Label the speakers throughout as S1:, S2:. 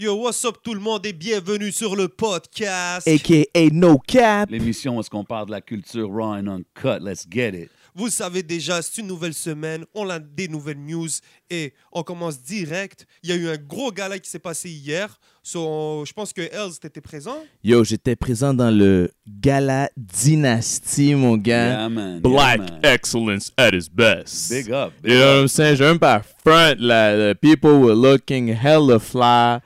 S1: Yo, what's up tout le monde et bienvenue sur le podcast.
S2: AKA No Cap.
S3: L'émission où est-ce qu'on parle de la culture raw and uncut. Let's get it.
S1: Vous savez déjà, c'est une nouvelle semaine, on a des nouvelles news et on commence direct. Il y a eu un gros gala qui s'est passé hier. So, on- je pense que Hells, t'étais présent.
S2: Yo, j'étais présent dans le Gala Dynasty, mon gars.
S3: Yeah, man.
S4: Black
S3: Yeah, man.
S4: excellence at its best.
S3: Big up. Big
S4: You know what
S3: up.
S4: I'm saying? Je vais même pas front, là. The people were looking hella fly.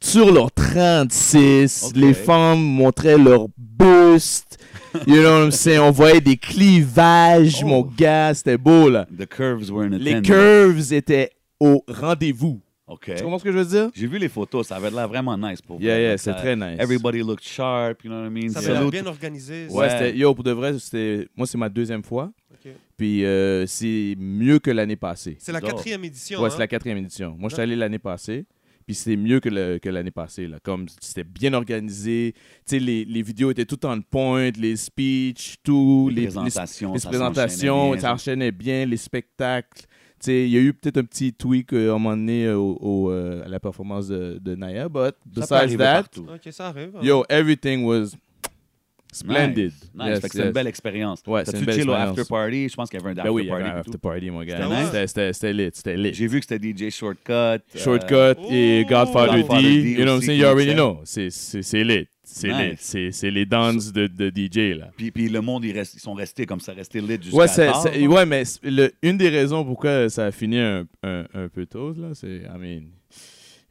S4: Sur leur 36,
S3: Ok.
S4: les femmes montraient leur buste. You know what I'm saying? On voyait des clivages,
S3: Oh.
S4: mon gars. C'était beau, là.
S3: The curves were in
S4: Les
S3: attendance.
S4: curves étaient au rendez-vous.
S3: OK.
S4: Tu comprends ce que je veux dire?
S3: J'ai vu les photos, ça avait l'air vraiment nice pour
S4: Yeah,
S3: vrai.
S4: yeah,
S3: Like,
S4: c'est
S3: ça-
S4: très nice.
S3: Everybody looked sharp, you know what I mean?
S1: Ça avait
S3: Salute.
S1: l'air bien organisé.
S4: Ouais,
S3: Ouais.
S4: c'était- yo, pour de vrai, c'était, moi, c'est ma deuxième fois.
S1: Ok.
S4: Puis euh, c'est mieux que l'année passée.
S1: C'est la
S3: Bizarre.
S1: quatrième édition.
S4: Ouais,
S1: hein?
S4: c'est la quatrième édition. Moi, je suis allé l'année passée. Puis c'était mieux que le- que l'année passée. Là. Comme c'était bien organisé. Tu sais, les, les vidéos étaient toutes en point, les speeches, tout.
S3: Les
S4: Les,
S3: présentations,
S4: les
S3: ça
S4: présentations,
S3: s'enchaînait bien,
S4: ça
S3: ça.
S4: enchaînait bien, les spectacles. Tu sais, il y a eu peut-être un petit tweak euh, à un moment donné euh, au, au, euh, à la performance de, de Naya, but
S3: Ça peut arriver
S4: besides that,
S3: partout.
S1: Ok, ça arrive. hein.
S4: yo, everything was splendid.
S3: Nice. Nice. Fait que c'est
S4: yes.
S3: une belle expérience.
S4: Ouais, c'est
S3: T'as-tu
S4: une belle
S3: chill au
S4: expérience.
S3: after party? Je pense qu'il y avait un
S4: Ben oui, il
S3: after
S4: y avait un
S3: party. et
S4: after
S3: tout.
S4: party, mon gars.
S1: C'était nice?
S4: C'était- C'était c'était lit, c'était lit.
S3: J'ai vu que c'était DJ Shortcut. euh,
S4: Shortcut et
S1: Oh!
S4: Godfather, D,
S3: Godfather D
S4: you know what I'm
S3: aussi
S4: saying?
S3: qui
S4: You already
S3: mixait.
S4: know. C'est- C'est c'est lit. C'est
S3: Nice.
S4: lit. C'est c'est les danses de, de DJ, là.
S3: Puis, puis le monde, ils, restent- ils sont restés comme ça, restés lit jusqu'à
S4: Ouais, c'est-
S3: tard.
S4: c'est- ouais, mais c'est- le- une des raisons pourquoi ça a fini un, un- un peu tôt, là, c'est, I mean, il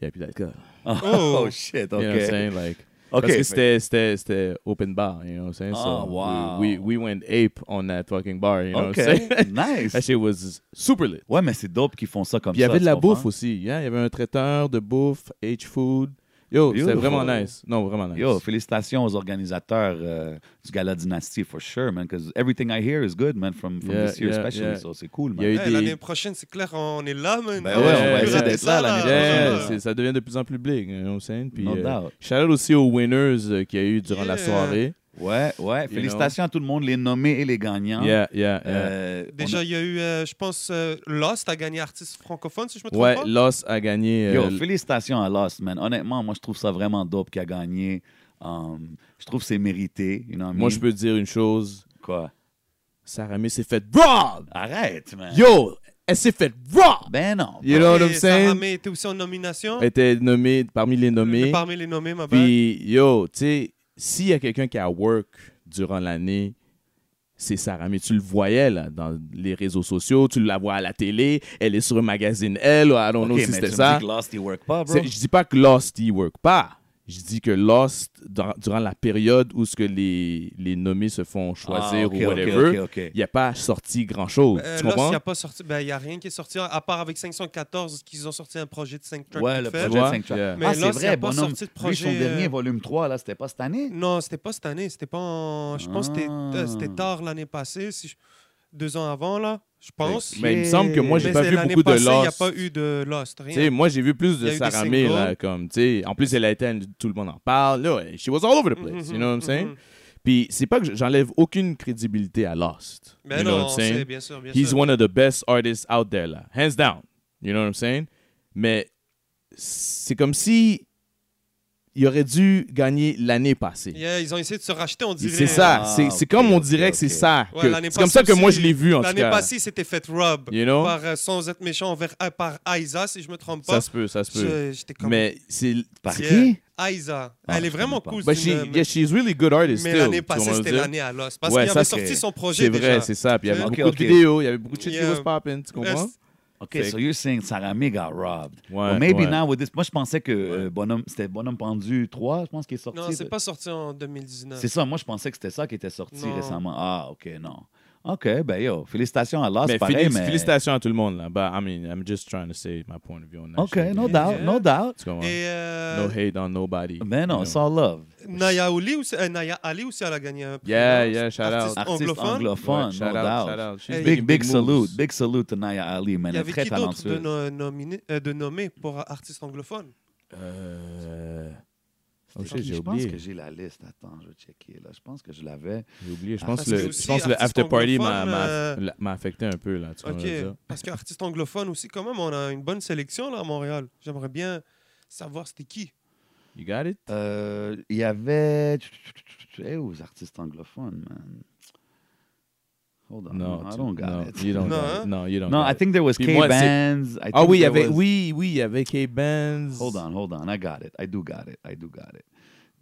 S4: n'y a plus d'alcool.
S3: Oh,
S1: Oh.
S3: shit,
S4: You
S3: OK.
S4: know what I'm saying? Like,
S3: OK,
S4: Parce que
S3: fait-
S4: c'était- c'était c'était open bar, you know what I'm saying?
S3: Ah, wow.
S4: we, we, we went ape on that fucking bar, you know
S3: OK,
S4: what I'm saying?
S3: nice.
S4: That shit was super lit.
S3: Ouais, mais c'est dope qu'ils font ça
S4: Ben,
S3: comme
S4: Puis il y
S3: ça.
S4: avait de
S3: tu
S4: la
S3: comprends?
S4: bouffe aussi. hein? Il y avait un traiteur de bouffe, H-Food. Yo, c'était
S3: Beautiful.
S4: vraiment nice. Non, vraiment nice.
S3: Yo, félicitations aux organisateurs euh, du Gala Dynasty, for sure, man, because everything I hear is good, man, from, from
S4: Yeah,
S3: this year
S4: yeah,
S3: especially,
S4: yeah.
S3: so c'est cool,
S4: Il y a
S3: man.
S4: eu
S1: Hey,
S4: des-
S1: L'année prochaine, c'est clair, on est là, man.
S3: Ben ouais, on va
S4: Yeah,
S3: essayer
S4: yeah.
S3: d'être là
S1: Ça, là,
S3: l'année
S4: Yeah,
S3: prochaine.
S4: c'est- ça devient de plus en plus big, you know what I'm saying? Puis,
S3: No
S4: euh,
S3: doubt.
S4: shout out aussi aux winners euh, qu'il y a eu durant la
S1: Yeah.
S4: soirée.
S3: Ouais, ouais. Félicitations à tout le monde, les nommés et les gagnants.
S4: Yeah, yeah, yeah.
S3: Hein? Euh, on
S1: Déjà, il y a eu, euh, je pense, euh, Lost a gagné artiste francophone, si je me trompe
S4: ouais,
S1: pas.
S4: Loss a gagné.
S3: a-
S4: euh,
S3: Yo,
S4: l-
S3: félicitations à Lost, man. Honnêtement, moi, je trouve ça vraiment dope qu'il a gagné. Um, je trouve que c'est mérité. You know what I
S4: moi,
S3: mean?
S4: je peux te dire une chose.
S3: Quoi?
S4: Sarah May s'est fait rob!
S3: Arrête, man.
S4: Yo, elle s'est fait rob!
S3: Ben non.
S4: You know what
S1: Et
S4: I'm saying?
S1: Sarah May était aussi en nomination.
S4: Elle était nommée parmi les nommés.
S1: Parmi les nommés, ma belle.
S4: Puis, yo, tu sais, s'il y a quelqu'un qui a work durant l'année, c'est Sarah. Mais tu le voyais, là, dans les réseaux sociaux, tu la vois à la télé, elle est sur un magazine, elle, ou I don't
S3: Ok,
S4: know
S3: mais
S4: si c'était
S3: tu me
S4: ça.
S3: dis que Lost, il work pas, bro.
S4: C'est- Je dis pas que Lost, il work pas. Je dis que Lost, dans- durant la période où ce que les, les nommés se font choisir
S3: Ah, ok,
S4: ou
S3: ok,
S4: whatever,
S3: ok, ok.
S4: il n'y a pas sorti grand-chose.
S1: Euh, Lost,
S4: tu
S1: il
S4: comprends?
S1: n'y a pas sorti, ben, il y a rien qui est sorti, à part avec 514, qu'ils ont sorti un projet de 5 tracks.
S3: Ouais,
S1: vite
S3: le
S1: fait.
S3: projet
S4: Ouais.
S3: 5 tracks.
S4: Yeah.
S1: Mais
S3: ah,
S1: là,
S3: c'est
S1: s'il y a
S3: vrai,
S1: pas
S3: bonhomme.
S1: sorti de
S3: Lui, son
S1: projet,
S3: dernier
S1: euh,
S3: volume 3, là, c'était pas cette année?
S1: Non, c'était pas cette année, c'était pas en- Je pense que c'était-
S3: Ah.
S1: euh, c'était tard l'année passée, si je- deux ans avant, là, je pense.
S4: Mais il me semble que moi, j'ai
S1: Mais
S4: pas
S1: c'est
S4: vu
S1: l'année
S4: beaucoup de
S1: passée, Il n'y a
S4: Lost.
S1: pas eu de Lost, rien.
S4: Tu sais, moi, j'ai vu
S1: Il
S4: plus
S1: y
S4: de
S1: a eu des
S4: Sarah May, là,
S1: singles.
S4: comme, tu sais. En plus, elle a été, tout le monde en parle. Là, she was all over the place, you know what I'm saying?
S1: Mhm.
S4: Puis, c'est pas que j'enlève aucune crédibilité à Lost.
S1: Ben
S4: you know
S1: non,
S4: what I'm
S1: on
S4: saying?
S1: sait, bien sûr, bien
S4: He's
S1: sûr.
S4: one of the best artists out there, là. Hands down. You know what I'm saying? Mais c'est comme si il aurait dû gagner l'année passée.
S1: Yeah, ils ont essayé de se racheter, on dirait. euh,
S4: C'est ça.
S3: Ah,
S4: c'est c'est
S3: ok,
S4: comme on
S3: ok,
S4: dirait que
S3: ok.
S4: c'est ça.
S1: Ouais,
S4: que-
S1: l'année
S4: c'est comme
S1: passée
S4: ça que moi, je
S1: aussi,
S4: l'ai vu, en tout
S1: L'année
S4: cas.
S1: passée, c'était fait rob.
S4: You know?
S1: par, euh, sans être méchant envers, euh, par Aiza, si je me trompe
S4: ça
S1: pas.
S4: se peut, ça se peut.
S1: Je- J'étais comme.
S4: Mais c'est...
S3: Par
S1: Yeah.
S3: qui?
S1: Aiza,
S3: Ah,
S1: elle est
S3: je
S1: vraiment
S3: connais
S1: cool.
S4: But
S1: c'est
S4: she,
S1: une- euh,
S4: yeah, she's really good artist
S1: Mais
S4: still,
S1: l'année
S4: tu vois
S1: passée,
S4: ce que je veux
S1: c'était
S4: dire?
S1: l'année à l'os. Parce
S4: Ouais,
S1: qu'il
S4: ça,
S1: avait
S4: c'est-
S1: sorti son projet
S4: C'est
S1: déjà.
S4: vrai, c'est ça. Puis il y avait
S1: Ok,
S4: beaucoup
S3: ok.
S4: de vidéos, il y avait beaucoup de shit
S1: Yeah.
S4: qui was popping, tu comprends?
S3: OK, so you're saying Sarah May got robbed.
S4: Ouais,
S3: Or maybe
S4: ouais.
S3: now with this... Moi, je pensais que euh, Bonhomme... C'était Bonhomme Pendu 3, je pense, qui est sorti.
S1: Non, c'est
S3: de-
S1: pas sorti en 2019.
S3: C'est ça, moi, je pensais que c'était ça qui était sorti
S1: Non.
S3: récemment. Ah, OK, non. OK, ben yo, félicitations à Lost,
S4: Mais,
S3: pareil,
S4: félic-
S3: mais...
S4: félicitations à tout le monde là. But I mean, I'm just trying to say my point of view on that.
S3: OK,
S4: shit.
S3: no
S1: Yeah.
S3: doubt, no doubt.
S4: Tu comprends?
S1: Et euh,
S4: no hate on nobody.
S3: Ben
S4: you
S3: non,
S4: know.
S3: it's all love.
S1: Naya, Ali aussi, euh, Naya Ali aussi, elle a gagné un prix.
S4: Yeah,
S1: non?
S4: yeah, shout out.
S1: Artiste
S3: Artiste
S1: anglophone.
S3: anglophone,
S4: Ouais, shout
S3: no
S4: out,
S3: doubt.
S4: shout out. She's
S1: Hey,
S3: Big,
S4: making
S3: big
S4: moves.
S3: salute. Big salute to Naya Ali, man.
S1: Il y
S3: Elle est
S1: avait
S3: très
S1: qui d'autre de no-
S3: talentueuse.
S1: nominé- euh, de nommé pour artiste anglophone
S4: Euh, oh
S3: Je
S4: shit, j'ai
S3: je pense que
S4: oublié.
S3: j'ai la liste. Attends, je vais checker. Là. Je pense que je l'avais.
S4: J'ai oublié. Je
S3: Ah,
S4: pense
S3: parce
S4: que
S3: que
S4: le,
S3: aussi,
S4: je pense que le
S1: artiste
S4: after party m'a-
S1: anglophone,
S4: m'a
S1: euh,
S4: l'a- m'a affecté un peu là. Tu comprends
S1: Ok,
S4: ce que je veux dire?
S1: parce qu'artiste anglophone aussi, quand même, on a une bonne sélection là à Montréal. J'aimerais bien savoir c'était qui.
S4: You got it?
S3: Euh, Il y avait. Hey, aux artistes anglophones, man. Hold on.
S4: Non,
S3: I
S4: tu-
S3: don't got
S4: non,
S3: it.
S4: You don't
S1: Non,
S4: got it.
S1: hein?
S4: Non, you don't
S3: No,
S4: got
S3: I
S4: it.
S3: think there was
S4: Puis moi, c'est-
S3: K-Bands. I
S4: Ah
S3: think
S4: oui, il y
S3: there
S4: avait,
S3: was-
S4: oui, oui, il y avait K-Benz.
S3: Hold on, hold on. I got it. I do got it. I do got it.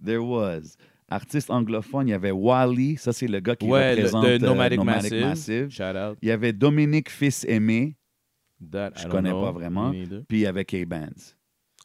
S3: There was. Artiste anglophone, il y avait Wally. Ça, c'est le gars qui
S4: Ouais, le,
S3: représente
S4: de
S3: euh,
S4: Nomadic, Massive.
S3: Massive.
S4: Shout out.
S3: Il y avait Dominique Fils-Aimé,
S4: That, I
S3: Je
S4: don't
S3: connais
S4: know.
S3: pas vraiment.
S4: Me neither.
S3: puis il y avait K-Bands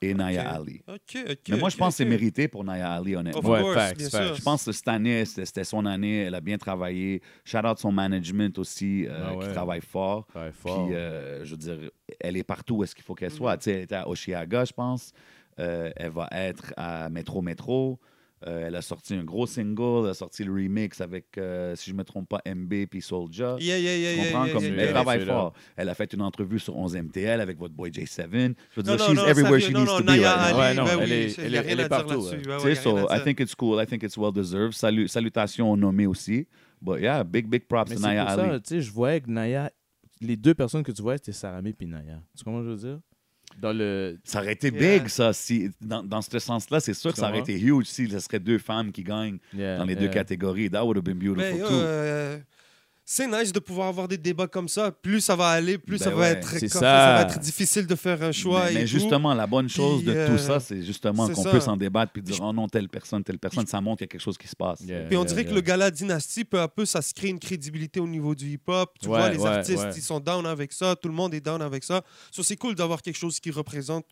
S3: et Naya Ali.
S1: Ok, ok.
S3: Mais moi, je
S1: ok,
S3: pense que c'est
S1: ok.
S3: mérité pour Naya Ali, honnêtement.
S1: Of
S4: Ouais,
S1: course,
S4: facts,
S1: bien
S4: facts.
S1: sûr.
S3: Je pense que cette année, c'était c'était son année. Elle a bien travaillé. Shout out son management aussi, euh,
S4: Ah ouais.
S3: qui travaille fort.
S4: Ouais, fort.
S3: Puis, euh, je veux dire, elle est partout où est-ce qu'il faut
S1: Mm.
S3: qu'elle soit. Tu sais, elle était à Oshiaga, je pense. Euh, elle va être à Metro Metro. Euh, elle a sorti un gros single. Elle a sorti le remix avec, euh, si je ne me trompe pas, MB puis Soulja.
S1: Yeah, yeah, yeah,
S3: Tu
S1: yeah,
S3: comprends?
S1: yeah,
S3: Comme
S1: yeah,
S3: elle
S1: yeah.
S3: travaille
S4: Celui-là.
S3: fort. Elle a fait une entrevue sur 11MTL avec votre boy J7. Je veux
S1: Non,
S3: dire,
S1: non,
S3: she's
S1: non,
S3: everywhere
S1: sérieux,
S3: she
S1: non,
S3: needs
S1: non,
S3: to be
S1: Naya
S3: right
S1: Ali,
S3: now.
S4: Ouais, non,
S1: ben
S4: elle
S1: oui,
S4: est-
S1: ça,
S4: elle
S1: y a
S4: est-
S1: rien
S4: elle
S1: à dire
S4: est partout,
S1: là-dessus. Ah
S4: ouais.
S1: Ouais, ouais, y
S3: Tu sais,
S1: a rien
S3: so
S1: à
S3: I
S1: dire.
S3: think it's cool. I think it's well deserved. Salut, salutations aux nommés aussi. But yeah, big, big props
S4: Mais
S3: to
S4: c'est
S3: Naya
S4: pour ça,
S3: Ali.
S4: tu sais, je voyais que Naya, les deux personnes que tu voyais, c'était Saramé et Naya. Tu comprends ce que je veux dire? Dans le.
S3: Ça aurait été
S1: Yeah.
S3: big, ça. Si, dans, dans ce sens-là, c'est sûr que ça aurait
S4: Comment?
S3: été huge si ce serait deux femmes qui gagnent
S4: Yeah,
S3: dans les deux
S4: yeah.
S3: catégories. That would have been
S1: Ben,
S3: beautiful too.
S1: euh, c'est nice de pouvoir avoir des débats comme ça. Plus ça va aller, plus
S3: Ben
S1: ça va
S3: ouais,
S1: être
S4: c'est
S1: comme ça.
S4: ça.
S1: va être difficile de faire un choix.
S3: mais mais
S1: et tout.
S3: justement, la bonne chose de
S1: Puis,
S3: tout
S1: euh,
S3: ça, c'est justement
S1: c'est
S3: qu'on
S1: ça.
S3: peut s'en débattre puis dire, oh non, telle personne, telle personne, ça montre qu'il y a quelque chose qui se passe.
S4: Yeah,
S1: Puis on
S4: yeah,
S1: dirait que
S4: yeah.
S1: le gala Dynasty, peu à peu, ça se crée une crédibilité au niveau du hip-hop. Tu
S4: Ouais,
S1: vois, les
S4: ouais,
S1: artistes,
S4: ouais.
S1: ils sont down avec ça. Tout le monde est down avec ça. So, c'est cool d'avoir quelque chose qui représente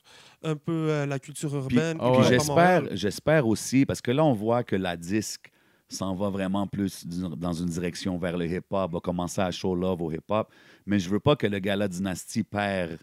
S1: un peu euh, la culture
S3: Puis,
S1: urbaine.
S4: ah
S1: puis
S3: puis
S4: ouais.
S1: pas
S3: j'espère,
S1: Montréal.
S3: j'espère aussi, parce que là, on voit que la disque s'en va vraiment plus du- dans une direction vers le hip-hop, va commencer à show love au hip-hop. Mais je veux pas que le gala Dynasty perd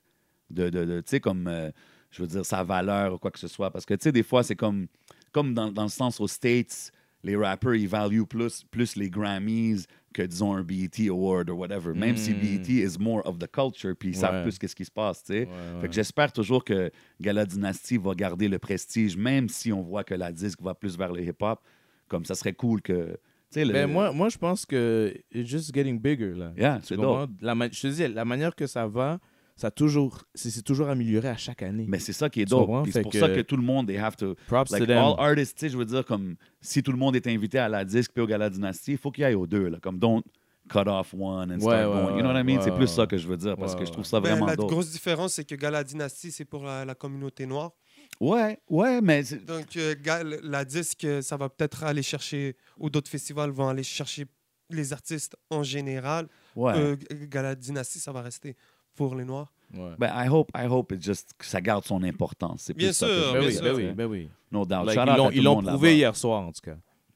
S3: de, de, de- tu sais, comme, euh, je veux dire, sa valeur ou quoi que ce soit. Parce que, tu sais, des fois, c'est comme, comme dans, dans le sens aux States, les rappers, ils value plus, plus les Grammys que, disons, un BET Award ou whatever. Même si
S4: Mm.
S3: BET is more of the culture, puis ils savent
S4: Ouais.
S3: plus qu'est-ce qui se passe, tu sais.
S4: Ouais,
S3: Fait
S4: ouais.
S3: que j'espère toujours que Gala Dynasty va garder le prestige, même si on voit que la disque va plus vers le hip-hop. Comme ça serait cool que. Tu sais, le.
S4: Ben, moi, moi, je pense que it's just getting bigger. Là.
S3: Yeah,
S4: Tu
S3: c'est
S4: comprends?
S3: dope.
S4: La ma- Je te dis, la manière que ça va, ça a toujours, c'est c'est toujours amélioré à chaque année.
S3: Mais c'est ça qui est
S4: Tu
S3: dope.
S4: comprends?
S3: Puis C'est
S4: Fait
S3: pour
S4: que-
S3: ça que tout le monde, they have to.
S4: Props
S3: Like,
S4: to them.
S3: all artists, tu sais, je veux dire, comme si tout le monde est invité à la disque puis au Gala Dynasty, il faut qu'il y aille aux deux. Là. Comme don't cut off one and
S4: Ouais,
S3: start
S4: ouais,
S3: going. You know what I mean?
S4: ouais,
S3: c'est
S4: ouais,
S3: plus ça
S4: ouais.
S3: que je veux dire parce
S4: Ouais,
S3: que je
S4: ouais.
S3: trouve ça
S1: Ben,
S3: vraiment
S1: la
S3: dope.
S1: grosse différence, c'est que Gala Dynasty, c'est pour euh, la, la communauté noire.
S3: Ouais, ouais, mais. c'est-
S1: Donc, euh, ga- la disque, euh, ça va peut-être aller chercher, ou d'autres festivals vont aller chercher les artistes en général.
S3: Ouais.
S1: Euh, Gala Dynasty, ça va rester pour les Noirs.
S4: Ouais.
S3: Ben, I hope, I hope it just, que ça garde son importance. C'est
S1: Bien
S3: plus ça que
S1: sûr,
S4: Ben
S3: je veux
S1: bien
S4: oui,
S3: dire,
S1: sûr.
S4: ben
S3: tu
S4: oui,
S3: sais.
S4: ben oui.
S3: No doubt.
S4: Like,
S3: Shout out
S4: ils
S3: à
S4: l'ont-
S3: tout
S4: ils
S3: le
S4: l'ont
S3: monde
S4: prouvé
S3: là-bas.
S4: hier soir, en tout cas.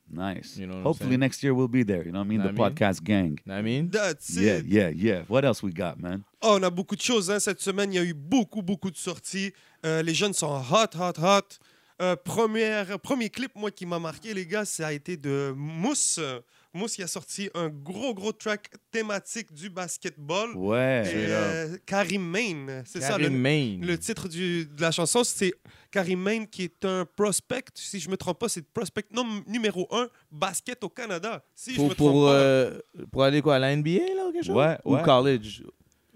S3: Nice.
S4: You know what I'm
S3: Hopefully
S4: saying?
S3: next year we'll be there. You know what I mean?
S4: Know
S3: the
S4: what I mean?
S3: podcast gang.
S4: You know what I mean?
S1: That's it.
S3: Yeah, yeah, yeah. What else we got, man?
S1: Oh, on a beaucoup de choses. hein. Cette semaine, il y a eu beaucoup, beaucoup de sorties. Euh, les jeunes sont hot, hot, hot. Euh, première, premier clip, moi, qui m'a marqué, les gars, ça a été de Mousse. Euh, Mousse, qui a sorti un gros, gros track thématique du basketball. Et,
S3: Ouais.
S1: euh, Karim Maine, c'est ça le,
S4: Karim Maine.
S1: Le titre du- de la chanson, c'est Karim Maine, qui est un prospect, si je me trompe pas, c'est prospect nom- numéro un basket au Canada. Si je
S4: Pour,
S1: me trompe
S4: pour,
S1: pas,
S4: euh, pour aller quoi, à la NBA, là, ou quelque chose?
S3: Ouais,
S4: Ou
S3: ouais.
S4: college?